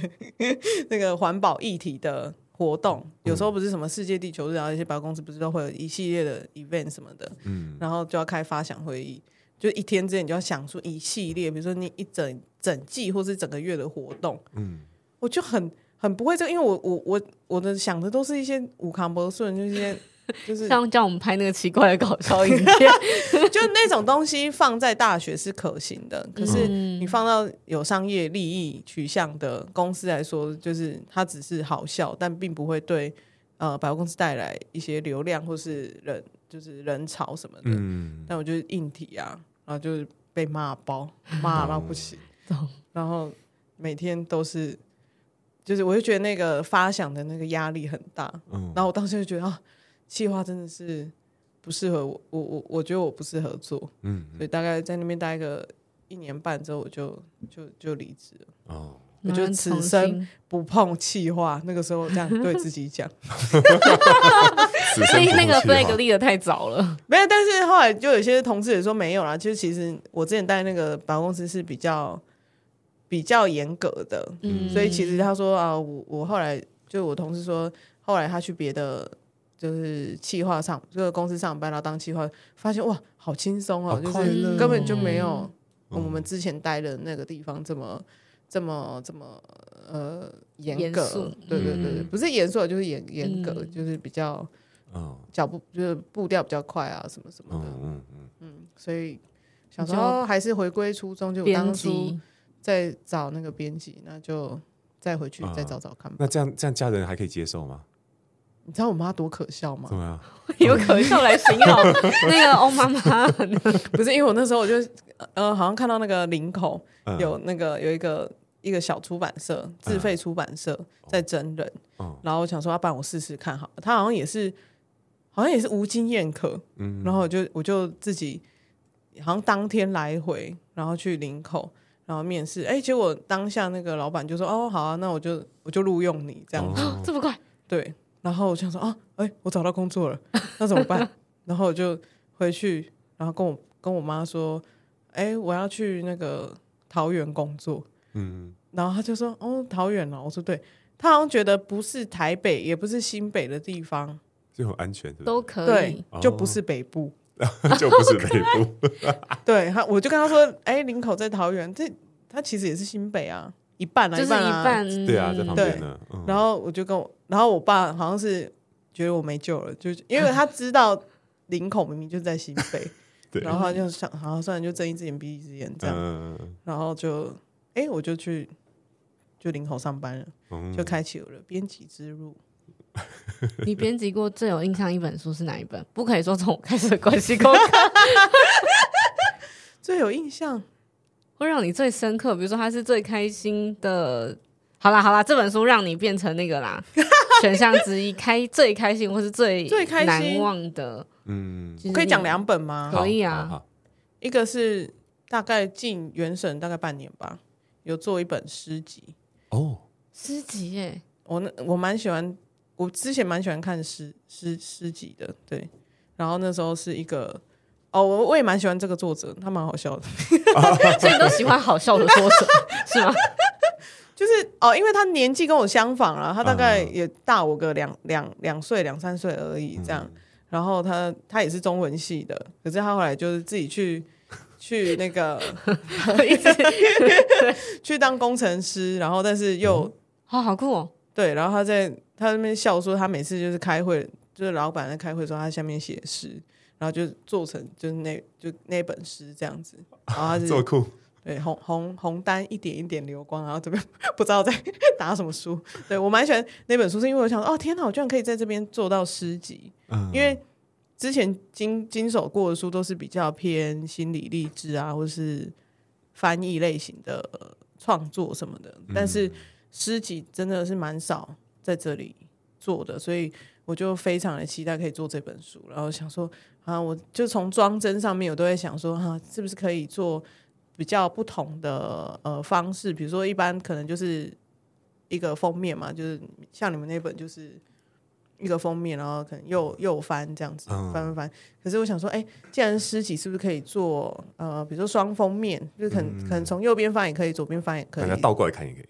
Speaker 3: 那个环保议题的活动，
Speaker 1: 嗯
Speaker 3: 有时候不是什么世界地球日，然后一些百货公司不是都会有一系列的 event 什么的，
Speaker 1: 嗯
Speaker 3: 然后就要开发想会议。就一天之内，你就要想出一系列，比如说你一整整季或是整个月的活动，
Speaker 1: 嗯，
Speaker 3: 我就很很不会这个，因为我我我我的想的都是一些五康不顺，就是一些 就是
Speaker 2: 像 叫我们拍那个奇怪的搞笑影片，
Speaker 3: 就那种东西放在大学是可行的，可是
Speaker 2: 嗯
Speaker 3: 你放到有商业利益取向的公司来说，就是它只是好笑，但并不会对呃百货公司带来一些流量或是人就是人潮什么的。
Speaker 1: 嗯，
Speaker 3: 但我就是硬体啊，然后就是被骂包，骂到不行，然后每天都是，就是我就觉得那个发想的那个压力很大，
Speaker 1: 嗯
Speaker 3: 然后我当时就觉得啊，企划真的是不适合我，我我我觉得我不适合做，
Speaker 1: 嗯，
Speaker 3: 所以大概在那边待个一年半之后，我就就就离职了，
Speaker 1: 哦，
Speaker 3: 我就此生不碰企划。那个时候这样对自己讲，
Speaker 1: 此生
Speaker 2: 所以
Speaker 1: 不
Speaker 2: 那个
Speaker 1: 负期
Speaker 2: flag
Speaker 1: 望
Speaker 2: 立的太早了，
Speaker 3: 没有，但是后来就有些同事也说没有啦。就是其实我之前带那个保公司是比较比较严格的，
Speaker 2: 嗯，
Speaker 3: 所以其实他说啊，我我后来就我同事说，后来他去别的就是企划上这个公司上班，然后当企划，发现哇，好轻松
Speaker 1: 好
Speaker 3: 哦，就
Speaker 1: 快
Speaker 3: 是
Speaker 1: 乐哦
Speaker 3: 根本就没有我
Speaker 1: 嗯
Speaker 3: 们之前待的那个地方这么这么这么呃严
Speaker 2: 严
Speaker 3: 格
Speaker 2: 肃，
Speaker 3: 对对对对，
Speaker 1: 嗯
Speaker 3: 不是严肃，就是严严格，
Speaker 2: 嗯
Speaker 3: 就是比较
Speaker 1: 嗯
Speaker 3: 脚步就是步调比较快啊，什么什么的，
Speaker 1: 嗯嗯
Speaker 3: 所以想
Speaker 2: 就
Speaker 3: 说还是回归初衷，就我
Speaker 2: 编
Speaker 3: 当初
Speaker 2: 辑
Speaker 3: 在找那个编辑，那就再回去
Speaker 1: 啊
Speaker 3: 再找找看吧。
Speaker 1: 那这样这样家人还可以接受吗？
Speaker 3: 你知道我妈多可笑吗
Speaker 1: 怎？么样？
Speaker 2: 有可笑来 形容那个欧妈妈，
Speaker 3: 不是，因为我那时候我就呃，好像看到那个林口
Speaker 1: 嗯
Speaker 3: 有那个有一个一个小出版社，自费出版社在真人，
Speaker 1: 哦
Speaker 3: 然后我想说，要不然我试试看好了。他好像也是，好像也是无经验可，
Speaker 1: 嗯
Speaker 3: 然后我就我就自己好像当天来回，然后去林口。然后面试，哎，结果当下那个老板就说：“哦，好啊，那我就我就录用你这样子。
Speaker 1: 哦
Speaker 2: 这么快，
Speaker 3: 对，然后我想说啊，哎，我找到工作了，那怎么办？然后我就回去，然后跟我跟我妈说，哎，我要去那个桃园工作。
Speaker 1: 嗯
Speaker 3: 然后她就说，哦，桃园了。我说对，她好像觉得不是台北，也不是新北的地方，
Speaker 1: 就很安全，对不对
Speaker 2: 都可
Speaker 3: 对
Speaker 2: 以，
Speaker 3: 就不是北部。
Speaker 1: 就不是北 部，
Speaker 3: 对，她我就跟她说，哎，林口在桃园，这她其实也是新北啊，一半啊，
Speaker 2: 就是一
Speaker 3: 半啊。
Speaker 2: 半，
Speaker 1: 对啊，在旁
Speaker 3: 对
Speaker 1: 边呢。嗯
Speaker 3: 然后我就跟我，然后我爸好像是觉得我没救了，就是因为他知道林口明明就在新北，
Speaker 1: 对
Speaker 3: 然后他就想，好，算了，就睁一只眼闭一只眼这样，
Speaker 1: 嗯
Speaker 3: 然后就，哎，我就去就林口上班了，
Speaker 1: 嗯
Speaker 3: 就开启我的编辑之路。
Speaker 2: 嗯你编辑过最有印象一本书是哪一本？不可以说从我开始的关 系功课，
Speaker 3: 最有印象，
Speaker 2: 会让你最深刻。比如说，它是最开心的。好啦好啦，这本书让你变成那个 啦选项之一，开最开心或是最
Speaker 3: 最开心
Speaker 2: 难忘的。
Speaker 1: 嗯，
Speaker 2: 就是
Speaker 3: 可以讲
Speaker 2: 你
Speaker 3: 两本吗？
Speaker 2: 可以
Speaker 1: 好
Speaker 2: 啊
Speaker 1: 好好
Speaker 3: 一个是大概进原神大概半年吧，有做一本诗集，
Speaker 1: 哦，
Speaker 2: 诗集耶，
Speaker 3: 我那我蛮喜欢，我之前蛮喜欢看诗诗诗集的，对。然后那时候是一个，哦，我我也蛮喜欢这个作者，他蛮好笑的，
Speaker 2: 所以你都喜欢好笑的作者是吗？
Speaker 3: 就是哦，因为他年纪跟我相仿啦，他大概
Speaker 1: 嗯
Speaker 3: 也大我个两两两岁两三岁而已这样。然后他他也是中文系的，可是他后来就是自己去去那个去当工程师，然后但是又
Speaker 2: 哦，好酷哦！
Speaker 3: 对，然后他在他在那边笑说，他每次就是开会，就是老板在开会的时候，他下面写诗，然后就做成就是那就那本诗这样子，然后他是
Speaker 1: 这么酷，
Speaker 3: 对，红红红单一点一点流光，然后这边 不知道在打什么书。对我蛮喜欢那本书，是因为我想说，哦，天哪，我居然可以在这边做到诗集，
Speaker 1: 嗯
Speaker 3: 因为之前经经手过的书都是比较偏心理励志啊，或是翻译类型的呃创作什么的，但是诗集真的是蛮少在这里做的，所以我就非常的期待可以做这本书，然后想说啊，我就从装帧上面，我都会想说哈、啊，是不是可以做比较不同的呃方式，比如说一般可能就是一个封面嘛，就是像你们那本就是一个封面，然后可能右右翻这样子
Speaker 1: 嗯
Speaker 3: 翻翻翻。可是我想说，哎、既然是诗集，是不是可以做呃，比如说双封面，就是可能、可能从右边翻也可以，左边翻也可
Speaker 1: 大
Speaker 3: 以
Speaker 1: 家倒过来看也嗯可以。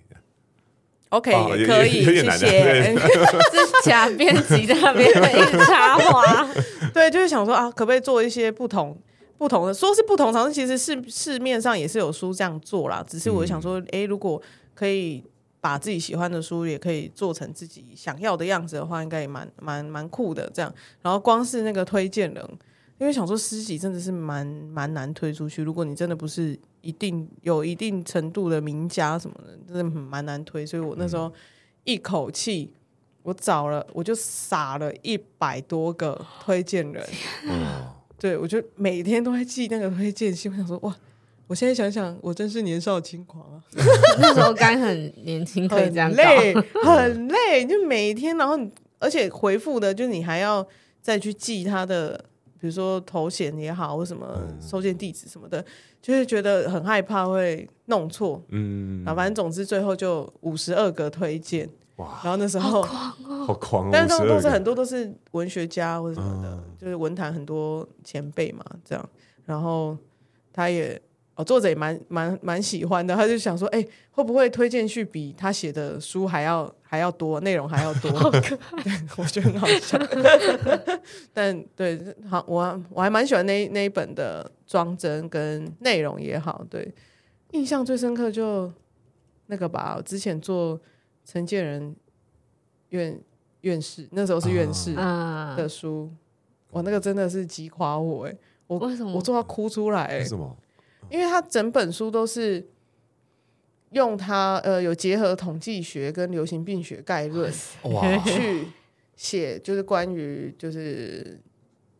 Speaker 3: ，OK
Speaker 1: 哦
Speaker 3: 也
Speaker 1: 有
Speaker 3: 可
Speaker 1: 有
Speaker 3: 以，
Speaker 1: 有点
Speaker 3: 谢
Speaker 1: 难啊
Speaker 3: 谢。
Speaker 2: 这假编辑在那边一直插话，
Speaker 3: 对，就是想说啊，可不可以做一些不同不同的？说是不同尝试，其实市市面上也是有书这样做啦。只是我想说，诶，如果可以把自己喜欢的书也可以做成自己想要的样子的话，应该也蛮蛮蛮酷的。这样，然后光是那个推荐人，因为想说诗集真的是蛮蛮难推出去，如果你真的不是一定有一定程度的名家什么的，真的很蛮难推。所以我那时候一口气。我找了，我就撒了一百多个推荐人，
Speaker 1: 哦，
Speaker 3: 对我就每天都在记那个推荐信。我想说，哇，我现在想想，我真是年少轻狂啊，
Speaker 2: 那时候刚很年轻，可以
Speaker 3: 很
Speaker 2: 这样搞。
Speaker 3: 累，很累，就每天，然后你而且回复的，就你还要再去记他的，比如说头衔也好，或什么
Speaker 1: 嗯
Speaker 3: 收件地址什么的，就会觉得很害怕会弄错。
Speaker 1: 嗯，
Speaker 3: 然后反正总之最后就五十二个推荐，
Speaker 1: 哇，
Speaker 3: 然后那时候。
Speaker 1: 好狂哦！
Speaker 3: 但是都
Speaker 1: 52
Speaker 3: 都
Speaker 1: 个
Speaker 3: 是很多都是文学家或者什么的，
Speaker 1: 嗯
Speaker 3: 就是文坛很多前辈嘛，这样。然后他也哦，作者也蛮蛮蛮喜欢的，他就想说，哎、会不会推荐序比他写的书还要还要多，内容还要多？ 对，我觉得很好笑。但对，好，我我还蛮喜欢那那一本的装帧跟内容也好，对，印象最深刻就那个吧，我之前做陈建仁院院士，那时候是院士
Speaker 2: 嗯，
Speaker 3: 的书，我那个真的是击垮我哎、
Speaker 2: 为什
Speaker 3: 我
Speaker 2: 么？
Speaker 3: 做到哭出来、
Speaker 1: 为
Speaker 3: 欸，
Speaker 1: 什么？
Speaker 3: 因为他整本书都是用他呃有结合统计学跟流行病学概论，
Speaker 1: 哇，
Speaker 3: 去写，就是关于就是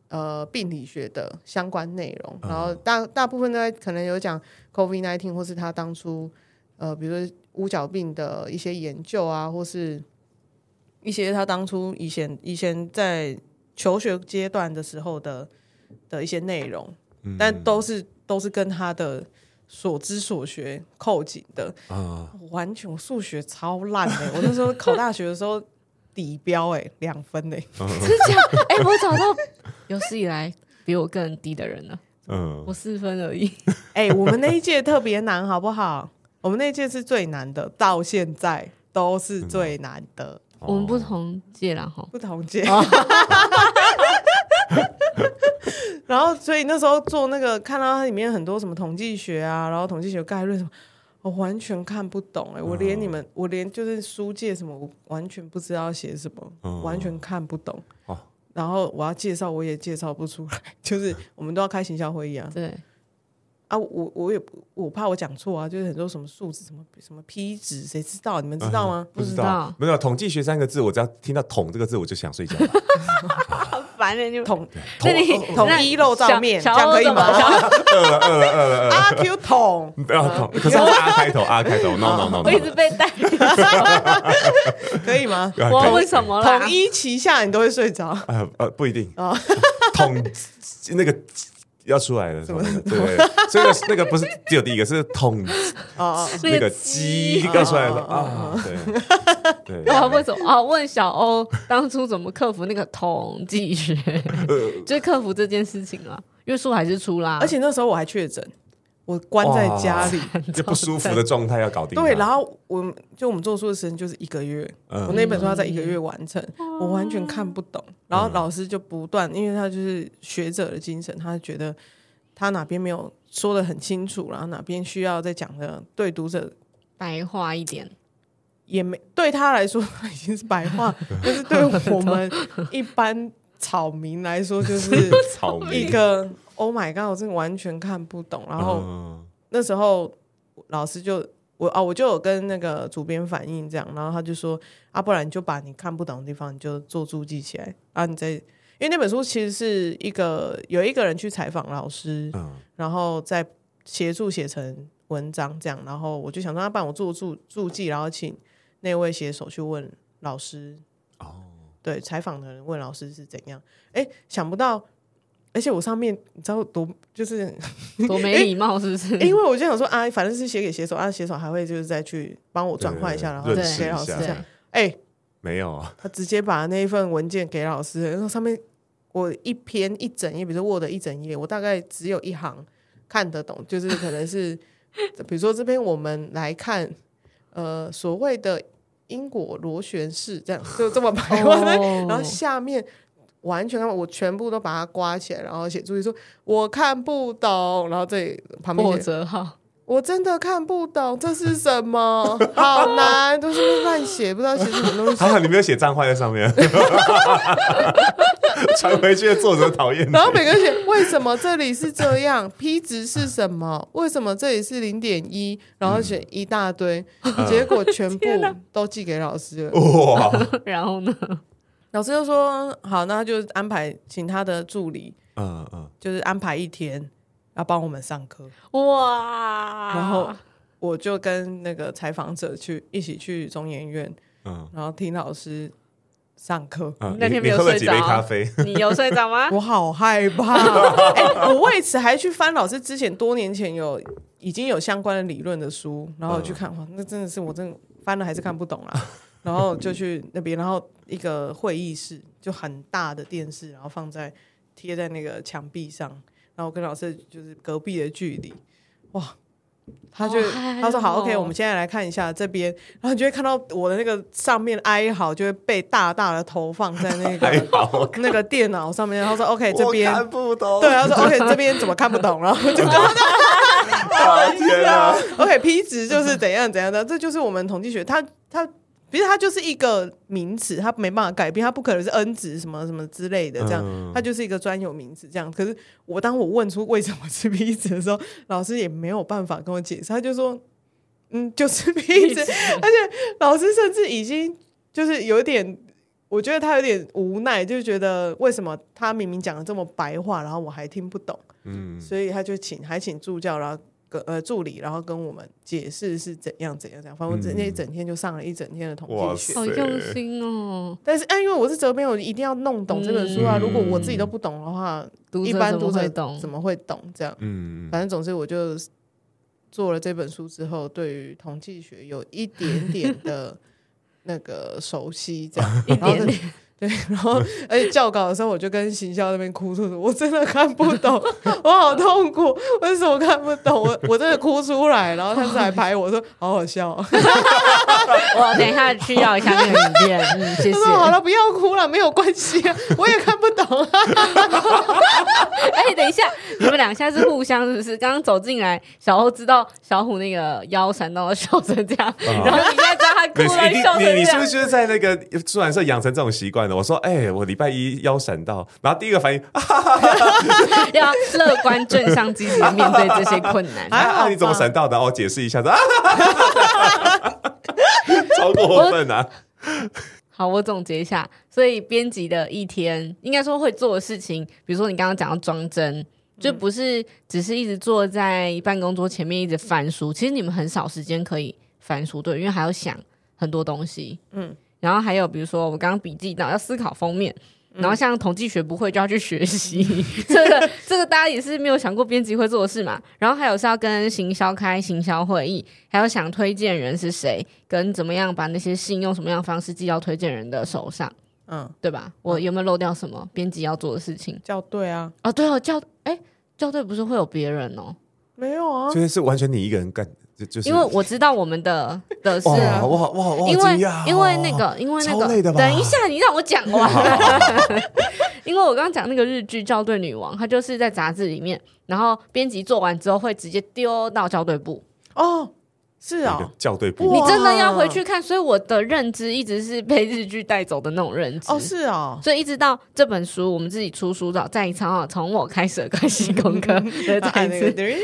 Speaker 3: 呃病理学的相关内容，
Speaker 1: 嗯
Speaker 3: 然后大大部分都在可能有讲 COVID nineteen 或是他当初呃比如说乌角病的一些研究啊，或是一些他当初以前以前在求学阶段的时候的的一些内容，
Speaker 1: 嗯
Speaker 3: 但都是都是跟他的。所知所学扣紧的，
Speaker 1: 啊，
Speaker 3: 我完全我数学超烂的、欸我那时候考大学的时候底标哎、两分哎、
Speaker 2: 真假？哎，我找到有史以来比我更低的人了，
Speaker 1: 嗯
Speaker 2: 我，四分而已。
Speaker 3: 哎、我们那一届特别难，好不好？ 我们那一届是最难的，到现在都是最难的，
Speaker 2: 我们不
Speaker 1: 哦
Speaker 2: 同届了哈。
Speaker 3: 不同届。 然后，所以那时候做那个，看到它里面很多什么统计学啊，然后统计学概论什么，我完全看不懂哎、
Speaker 1: 嗯
Speaker 3: 我连你们，我连就是书界什么，我完全不知道写什么，
Speaker 1: 嗯
Speaker 3: 完全看不懂。
Speaker 1: 哦
Speaker 3: 然后我要介绍，我也介绍不出来， 就是我们都要开行销会议啊，
Speaker 2: 对，
Speaker 3: 啊，我我也不我怕我讲错啊，就是很多什么数字、什么什么 P 值，谁知道？你们知道吗？
Speaker 1: 不
Speaker 2: 不
Speaker 1: 知
Speaker 2: 知道
Speaker 1: 道，没有统计学三个字，我只要听到“统”这个字，我就想睡觉了。
Speaker 2: 好烦人就
Speaker 3: 统
Speaker 2: 那你
Speaker 1: 统
Speaker 3: 统
Speaker 2: 那
Speaker 3: 一肉燥面，这
Speaker 2: 小
Speaker 3: 样可以
Speaker 2: 小欧怎么
Speaker 3: 吗
Speaker 2: 小
Speaker 3: 阿啊 Q 统，
Speaker 1: 不要统，可是它是 R 开头，R 开头，no no no，
Speaker 2: 我一直被带，
Speaker 3: 可以吗？
Speaker 2: 我为什 么啦
Speaker 3: 统？一旗下你都会睡着，啊
Speaker 1: 呃呃不一定
Speaker 3: 哦
Speaker 1: 统那个要出来了，统对对，对所以那个那个不是只有第一个是统
Speaker 3: 哦哦
Speaker 1: 那
Speaker 2: 那
Speaker 1: 个
Speaker 2: 个
Speaker 1: 鸡
Speaker 2: 鸡
Speaker 1: 要出来了
Speaker 3: 哦
Speaker 1: 啊，对对，
Speaker 2: 啊，为什么？哦，问小欧当初怎么克服那个统计学，
Speaker 1: 呃
Speaker 2: 就是克服这件事情啊，因为数还是出啦，
Speaker 3: 而且那时候我还确诊，我关在家里，
Speaker 1: 就不舒服的状态要搞定它。
Speaker 3: 对，然后我们就我们做书的时间就是一个月，
Speaker 1: 嗯
Speaker 3: 我那本书要在一个月完成，我完全看不懂。然后老师就不断，因为他就是学者的精神，他觉得他哪边没有说的很清楚，然后哪边需要再讲的对读者
Speaker 2: 白话一点，
Speaker 3: 也没对他来说已经是白话，但是对我们一般草民来说，就是
Speaker 1: 草莓
Speaker 3: 一个 Oh my God，我真的完全看不懂。然后
Speaker 1: 嗯
Speaker 3: 那时候老师就我啊，我就有跟那个主编反映这样，然后他就说啊，不然你就把你看不懂的地方你就做注记起来啊，你再因为那本书其实是一个有一个人去采访老师，
Speaker 1: 嗯
Speaker 3: 然后再协助写成文章这样，然后我就想说，他帮我做注注记，啊然后请那位写手去问老师
Speaker 1: 哦，
Speaker 3: 对采访的人问老师是怎样，哎，想不到，而且我上面你知道多就是
Speaker 2: 多没礼貌是不 是？
Speaker 3: 因为我就想说啊，反正是写给写手，啊，写手还会就是再去帮我转换一下，然后
Speaker 1: 对
Speaker 2: 对
Speaker 3: 给
Speaker 1: 润
Speaker 3: 老
Speaker 1: 饰
Speaker 3: 师
Speaker 1: 一
Speaker 3: 这
Speaker 1: 下
Speaker 3: 样。哎、
Speaker 1: 没有啊，
Speaker 3: 他直接把那一份文件给老师，然后上面我一篇一整页，比如说 Word 一整页，我大概只有一行看得懂，就是可能是比如说这边我们来看，呃，所谓的因果螺旋式这样，就这么白话。
Speaker 2: 哦
Speaker 3: 然后下面完全看不懂我全部都把它刮起来，然后写注意说我看不懂，然后这里旁边
Speaker 2: 破
Speaker 3: 写
Speaker 2: 折号，
Speaker 3: 我真的看不懂这是什么， 好难，都是乱写，不知道写什么 东西。
Speaker 1: 还好你没有写脏话在上面， 传回去的作者讨厌你
Speaker 3: 然。后每个人写为什么这里是这样，P 值是什么？为什么这里是零点一？然后写一大堆，结果全部都寄给老师
Speaker 1: 哦
Speaker 3: 了。
Speaker 1: 哇，
Speaker 2: 然后呢？
Speaker 3: 老师就说好，那他就安排请他的助理，
Speaker 1: 嗯嗯，
Speaker 3: 就是安排一天，要帮我们上课。
Speaker 2: 哇！
Speaker 3: 然 后我就跟那个采访者去一起去中研院，
Speaker 1: 嗯
Speaker 3: 然后听老师上课。
Speaker 1: 嗯
Speaker 2: 那
Speaker 1: 你
Speaker 2: 天没
Speaker 1: 你
Speaker 2: 有
Speaker 1: 喝了
Speaker 2: 睡
Speaker 1: 几杯
Speaker 2: 着
Speaker 1: 咖啡？
Speaker 2: 你有睡着吗？
Speaker 3: 我好害怕！ 哎、我为此还去翻老师之前多年前有已经有相关的理论的书，然后我去看，哇，那真的是我真的翻了还是看不懂啦。 然后就去那边，然后一个会议室就很大的电视，然后放在贴在那个墙壁上，然后跟老师就是隔壁的距离，哇。他就、
Speaker 2: 好嗨哦
Speaker 3: 他说好，OK，我们现在来看一下这边，然后你就会看到我的那个上面哀嚎就会被大大的投放在那
Speaker 2: 啊
Speaker 3: 个
Speaker 1: 还好，
Speaker 3: 那个电脑上面，他说
Speaker 2: 哎
Speaker 3: OK 这边
Speaker 1: 我看不懂。
Speaker 2: 啊
Speaker 3: 对，他说 OK 这边怎么看不懂，然后就
Speaker 1: 啊天啊！
Speaker 3: OK P 值就是怎样怎样的，这就是我们统计学，它它其实它就是一个名词，它没办法改变，它不可能是 n 值什么什么之类的这样，
Speaker 1: 嗯
Speaker 3: 它就是一个专有名词这样。可是我当我问出为什么是 P 值的时候，老师也没有办法跟我解释，他就说嗯就是 P 值，老师甚至已经就是有点，我觉得他有点无奈，就觉得为什么他明明讲的这么白话，然后我还听不懂，
Speaker 1: 嗯，
Speaker 3: 所以他就请还请助教，然后跟呃助理，然后跟我们解释是怎样怎样怎样。反正我整那一整天就上了一整天的统
Speaker 1: 嗯哇
Speaker 3: 计
Speaker 1: 塞
Speaker 3: 学。
Speaker 2: 好用心哦，
Speaker 3: 但是，啊，因为我是责编，我一定要弄懂这本书啊！
Speaker 1: 嗯
Speaker 3: 如果我自己都不懂的话，
Speaker 2: 读
Speaker 3: 一
Speaker 2: 者
Speaker 3: 般
Speaker 2: 怎么
Speaker 3: 读者
Speaker 2: 会懂
Speaker 3: 怎？么会懂？这样，
Speaker 1: 嗯，
Speaker 3: 反正总之我就做了这本书之后，对于统计学有一点点 的那个熟悉，这样
Speaker 2: 一
Speaker 3: 然后
Speaker 2: 点 点
Speaker 3: 对，然后而且校稿的时候，我就跟行销那边哭诉说，我真的看不懂，我好痛苦，为什么看不懂？我我真的哭出来，然后他们还拍我说，好好笑、哦，
Speaker 2: 我等一下去要一下那个影片， 嗯，谢谢。
Speaker 3: 他说好了，不要哭了，没有关系、啊，我也看不懂啊。
Speaker 2: 哎，等一下，你们俩现在是互相是不是？刚刚走进来，小欧知道小虎那个腰闪到笑成这样，然后你现在知道他哭
Speaker 1: 对，
Speaker 2: 了
Speaker 1: 一定
Speaker 2: 笑成
Speaker 1: 啊你
Speaker 2: 这
Speaker 1: 你是
Speaker 2: 样
Speaker 1: 不是，就是在那个出版社养成这种习惯的？我说，哎、我礼拜一腰闪到，然后第一个反应啊
Speaker 2: 要乐观正向积极地面对这些困难。
Speaker 3: 还好吧
Speaker 1: 啊，你怎么闪到的？然后我解释一下子，啊， 超过分啊！
Speaker 2: 好，我总结一下，所以编辑的一天，应该说会做的事情，比如说你刚刚讲到装帧，就不是只是一直坐在办公桌前面一直翻书，其实你们很少时间可以翻书，对，因为还要想很多东西，嗯
Speaker 3: 嗯，
Speaker 2: 然后还有比如说我刚刚笔记到要思考封面。然后像统计学不会就要去学 习，这个这个大家也是没有想过编辑会做的事嘛。然后还有是要跟行销开行销会议，还有想推荐人是谁，跟怎么样把那些信用什么样的方式寄到推荐人的手上，
Speaker 3: 嗯，
Speaker 2: 对吧？我有没有漏掉什么编辑要做的事情？
Speaker 3: 校对啊，
Speaker 2: 哦，对哦，校哎校对不是会有别人哦，
Speaker 3: 没有啊，
Speaker 1: 所以是完全你一个人干，就就是哦
Speaker 2: 因为我知道我们的的是
Speaker 1: 哇
Speaker 2: 啊。
Speaker 1: 哇哇哇，
Speaker 2: 因
Speaker 1: 好
Speaker 2: 为
Speaker 1: 惊讶哦
Speaker 2: 因为那个因为那
Speaker 1: 超累
Speaker 2: 个
Speaker 1: 的吧
Speaker 2: 等一下你让我讲完，因为我刚刚讲那个日剧《校对女王》，她就是在杂志里面，然后编辑做完之后会直接丢到校对部，
Speaker 3: 哦，是
Speaker 1: 有一
Speaker 3: 哦
Speaker 1: 个，校对
Speaker 3: 哇
Speaker 1: 部
Speaker 2: 你真的要回去看，所以我的认知一直是被日剧带走的那种认知。
Speaker 3: 哦是哦，
Speaker 2: 所以一直到这本书，我们自己出书找再一次啊，从我开始的关系功课，对再一
Speaker 3: 按那个
Speaker 2: 次，对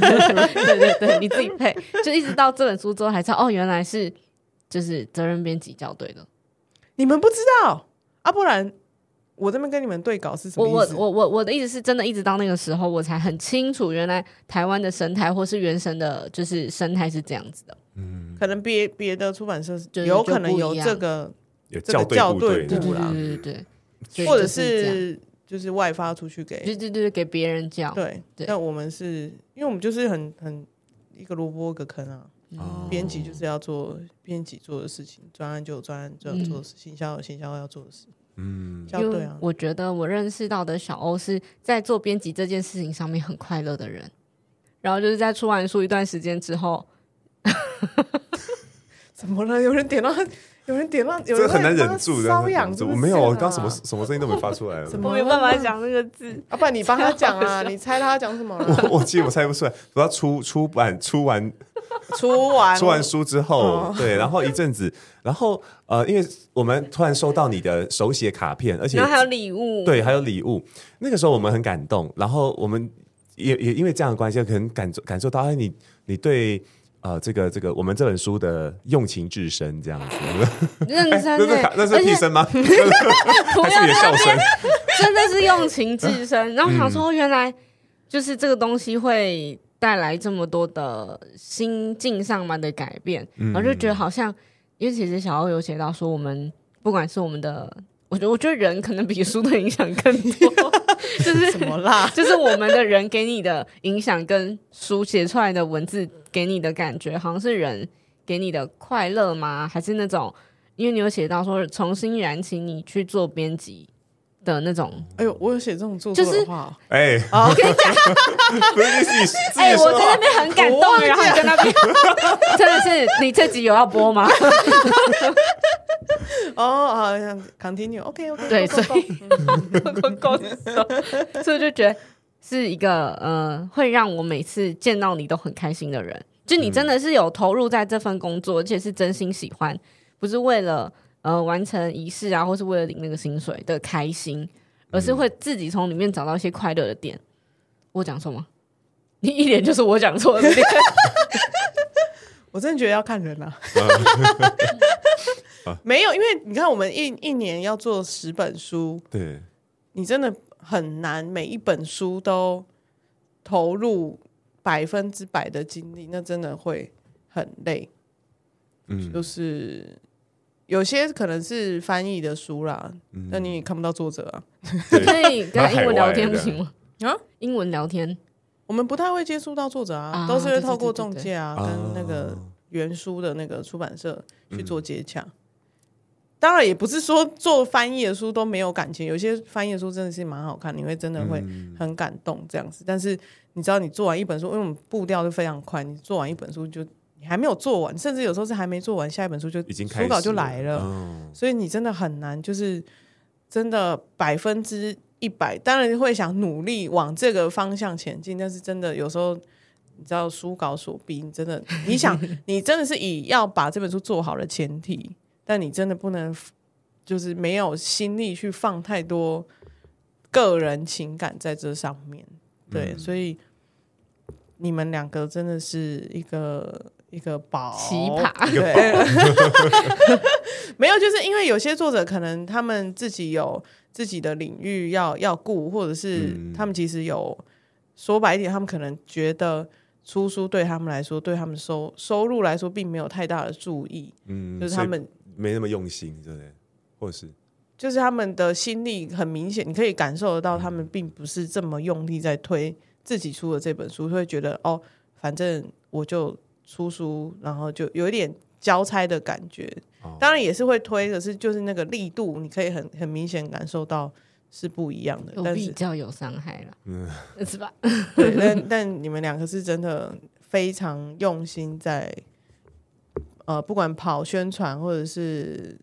Speaker 2: 对对，你自己配，就一直到这本书之后才知道，哦，原来是就是责任编辑校对的。
Speaker 3: 你们不知道啊？不然我这边跟你们对稿是什
Speaker 2: 我
Speaker 3: 么
Speaker 2: 我
Speaker 3: 意思？
Speaker 2: 我我我的意思是真的，一直到那个时候，我才很清楚，原来台湾的生态或是原神的，就是生态是这样子的。
Speaker 3: 可能别别的出版社是
Speaker 2: 就是
Speaker 3: 有可能
Speaker 2: 就不一
Speaker 3: 有
Speaker 2: 样
Speaker 3: 这个，
Speaker 1: 有
Speaker 3: 这个
Speaker 1: 校对
Speaker 3: 校
Speaker 1: 部
Speaker 3: 对
Speaker 1: 队
Speaker 2: 对
Speaker 1: 的
Speaker 3: 部
Speaker 2: 对
Speaker 3: 啦
Speaker 2: 对对对对，
Speaker 3: 或者
Speaker 2: 所以就是这样
Speaker 3: 是就是外发出去给
Speaker 2: 对对对，给别人教。
Speaker 3: 对，
Speaker 2: 对
Speaker 3: 那我们是因为我们就是很很一个萝卜一个坑啊，
Speaker 1: 哦
Speaker 3: 编辑就是要做编辑做的事情，专案就有专案就要做的事，行销有行销要做的事，
Speaker 1: 嗯，
Speaker 3: 校
Speaker 2: 嗯因
Speaker 3: 对
Speaker 2: 为
Speaker 3: 啊，
Speaker 2: 我觉得我认识到的小欧是在做编辑这件事情上面很快乐的人，然后就是在出完书一段时间之后，
Speaker 3: 怎么了？有人点到，有人点到，有
Speaker 1: 这个
Speaker 3: 人
Speaker 1: 很难
Speaker 3: 在
Speaker 1: 忍住的，
Speaker 3: 瘙
Speaker 1: 很难
Speaker 3: 痒
Speaker 1: 忍
Speaker 3: 是
Speaker 1: 住
Speaker 3: 不
Speaker 1: 我
Speaker 3: 是啊，
Speaker 1: 没有，我刚什么什么声音都没发出来了
Speaker 3: 怎。么
Speaker 2: 我没办法讲那个字。
Speaker 3: 啊？不然你帮他讲 啊，你猜他要讲什么了？
Speaker 1: 我我其实我猜不出来，我要出出版出完
Speaker 3: 出完
Speaker 1: 出完书之后
Speaker 3: 哦，
Speaker 1: 对，然后一阵子，然后呃，因为我们突然收到你的手写卡片，而且
Speaker 2: 然后还有礼物，
Speaker 1: 对，还有礼物。那个时候我们很感动，然后我们也也因为这样的关系，可能感受感受到，哎，你你对呃这个这个我们这本书的用情至深，这样子。
Speaker 2: 认 真
Speaker 1: 那是
Speaker 2: 欸
Speaker 1: 卡那是
Speaker 2: 而
Speaker 1: 替
Speaker 2: 且
Speaker 1: 身吗？还
Speaker 2: 不
Speaker 1: 是
Speaker 2: 要
Speaker 1: 你的笑声？
Speaker 2: 真的是用情至深。然后想说，原来就是这个东西会带来这么多的心境上面的改变，然后就觉得好像，因为其实小欧有写到说，我们不管是我们的，我觉得我觉得人可能比书的影响更多，就是
Speaker 3: 什么啦？
Speaker 2: 就是我们的人给你的影响，跟书写出来的文字给你的感觉，好像是人给你的快乐吗？还是那种，因为你有写到说重新燃起你去做编辑的那种，
Speaker 3: 哎呦，我有写这种做作的话哦，
Speaker 1: 哎，
Speaker 3: 啊
Speaker 1: 跟你讲，不是你自己自
Speaker 2: 哎、
Speaker 1: 己
Speaker 2: 我
Speaker 1: 说
Speaker 2: 在
Speaker 1: 话
Speaker 2: 那。边很感
Speaker 3: 我忘
Speaker 2: 动，
Speaker 3: 记
Speaker 2: 然后你在那 边真的是，你这集有要播吗？
Speaker 3: 哦，好像 continue，OK OK，
Speaker 2: 对
Speaker 3: 所
Speaker 2: 所
Speaker 3: 以
Speaker 2: 够够的时候， 所以我就觉得是一个呃，会让我每次见到你都很开心的人。就你真的是有投入在这份工作，而且是真心喜欢，不是为了呃完成仪式啊，或是为了领那个薪水的开心，而是会自己从里面找到一些快乐的点。我讲错吗？你一脸就是我讲错的脸。
Speaker 3: 我真的觉得要看人啊。没有，因为你看，我们一一年要做十本书，
Speaker 1: 对，
Speaker 3: 你真的很难每一本书都投入百分之百的精力，那真的会很累。
Speaker 1: 嗯，
Speaker 3: 就是有些可能是翻译的书啦，那、你也看不到作者啊。
Speaker 1: 对，
Speaker 2: 可以跟他英文聊
Speaker 1: 然后海外
Speaker 2: 天不行吗？
Speaker 3: 啊，
Speaker 2: 英文聊天
Speaker 3: 我们不太会接触到作者啊，
Speaker 2: 啊
Speaker 3: 都是会
Speaker 2: 对对
Speaker 3: 透过
Speaker 2: 对对
Speaker 3: 中
Speaker 2: 对
Speaker 3: 介啊，
Speaker 1: 啊
Speaker 3: 跟那个原书的那个出版社去做接洽。当然，也不是说做翻译的书都没有感情，有些翻译的书真的是蛮好看，你会真的
Speaker 1: 嗯
Speaker 3: 会很感动这样子。但是你知道，你做完一本书，因为我们步调就非常快，你做完一本书就你还没有做完，甚至有时候是还没做完，下一本书就
Speaker 1: 已经开
Speaker 3: 书
Speaker 1: 始
Speaker 3: 稿就来了。
Speaker 1: 嗯
Speaker 3: 所以你真的很难，就是真的百分之一百，当然会想努力往这个方向前进，但是真的有时候。你知道书稿所逼，你真的，你想，你真的是以要把这本书做好的前提，但你真的不能，就是没有心力去放太多个人情感在这上面。对，
Speaker 1: 嗯
Speaker 3: 所以你们两个真的是一个一个宝
Speaker 2: 奇葩
Speaker 3: 对， 没有，就是因为有些作者可能他们自己有自己的领域要要顾，或者是
Speaker 1: 嗯
Speaker 3: 他们其实有说白一点，他们可能觉得出书对他们来说，对他们收收入来说，并没有太大的注意，
Speaker 1: 嗯
Speaker 3: 就是
Speaker 1: 所
Speaker 3: 他
Speaker 1: 以
Speaker 3: 们
Speaker 1: 没那么用心，对不对？或是
Speaker 3: 就是他们的心力很明显，你可以感受得到，他们并不是这么用力在推自己出的这本书，会觉得哦，反正我就出书，然后就有一点交差的感觉。
Speaker 1: 哦
Speaker 3: 当然也是会推，可是就是那个力度，你可以很很明显感受到是不一样的
Speaker 2: 有。
Speaker 3: 但
Speaker 2: 比
Speaker 3: 是
Speaker 2: 较有伤害了，
Speaker 1: 嗯
Speaker 2: 是吧？
Speaker 3: 对，但 但你们两个是真的非常用心在，呃，不管跑宣传或者是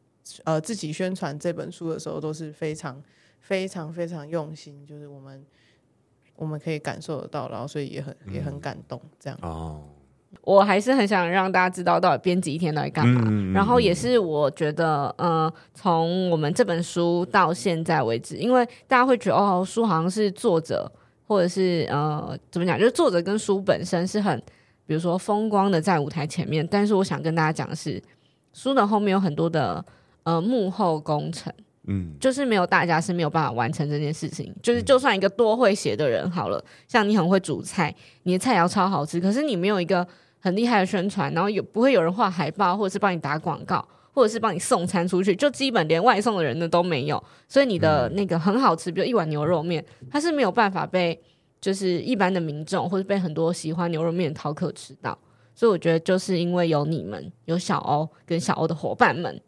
Speaker 3: 呃自己宣传这本书的时候，都是非常非常非常用心，就是我们我们可以感受得到，然后所以也很也很感动，这样。
Speaker 1: 哦，
Speaker 2: 我还是很想让大家知道到底编辑一天到底干嘛。
Speaker 1: 嗯嗯嗯
Speaker 2: 然后也是我觉得，呃，从我们这本书到现在为止，因为大家会觉得哦，书好像是作者或者是呃怎么讲，就是作者跟书本身是很，比如说风光的在舞台前面。但是我想跟大家讲的是，书的后面有很多的呃幕后工程。
Speaker 1: 嗯，
Speaker 2: 就是没有大家是没有办法完成这件事情。就是就算一个多会写的人好了，像你很会煮菜，你的菜肴超好吃，可是你没有一个很厉害的宣传，然后有不会有人画海报，或者是帮你打广告，或者是帮你送餐出去，就基本连外送的人呢都没有。所以你的那个很好吃，比如一碗牛肉面，它是没有办法被就是一般的民众或者被很多喜欢牛肉面的饕客吃到。所以我觉得就是因为有你们，有小欧跟小欧的伙伴们，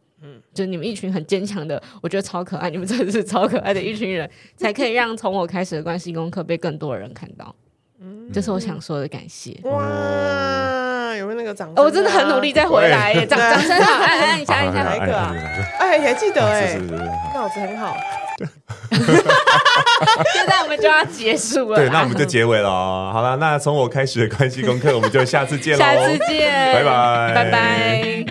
Speaker 2: 就你们一群很坚强的，我觉得超可爱，你们真的是超可爱的一群人，才可以让从我开始的关系功课被更多人看到。这是我想说的感谢。
Speaker 3: 哇，有没有那个掌声啊、
Speaker 2: 哦我真的很努力再回来耶，掌掌声好，哎按按一下，按一下。
Speaker 3: 来一个啊
Speaker 1: 哎哎哎
Speaker 3: 哎，还记得哎、
Speaker 1: 哎是是是是。
Speaker 3: 脑子很好。
Speaker 2: 现在我们就要结束了，
Speaker 1: 对，那我们就结尾了哦。好了，那从我开始的关系功课，我们就下次见喽，哦
Speaker 2: 下次见，
Speaker 1: 拜拜
Speaker 2: 拜拜。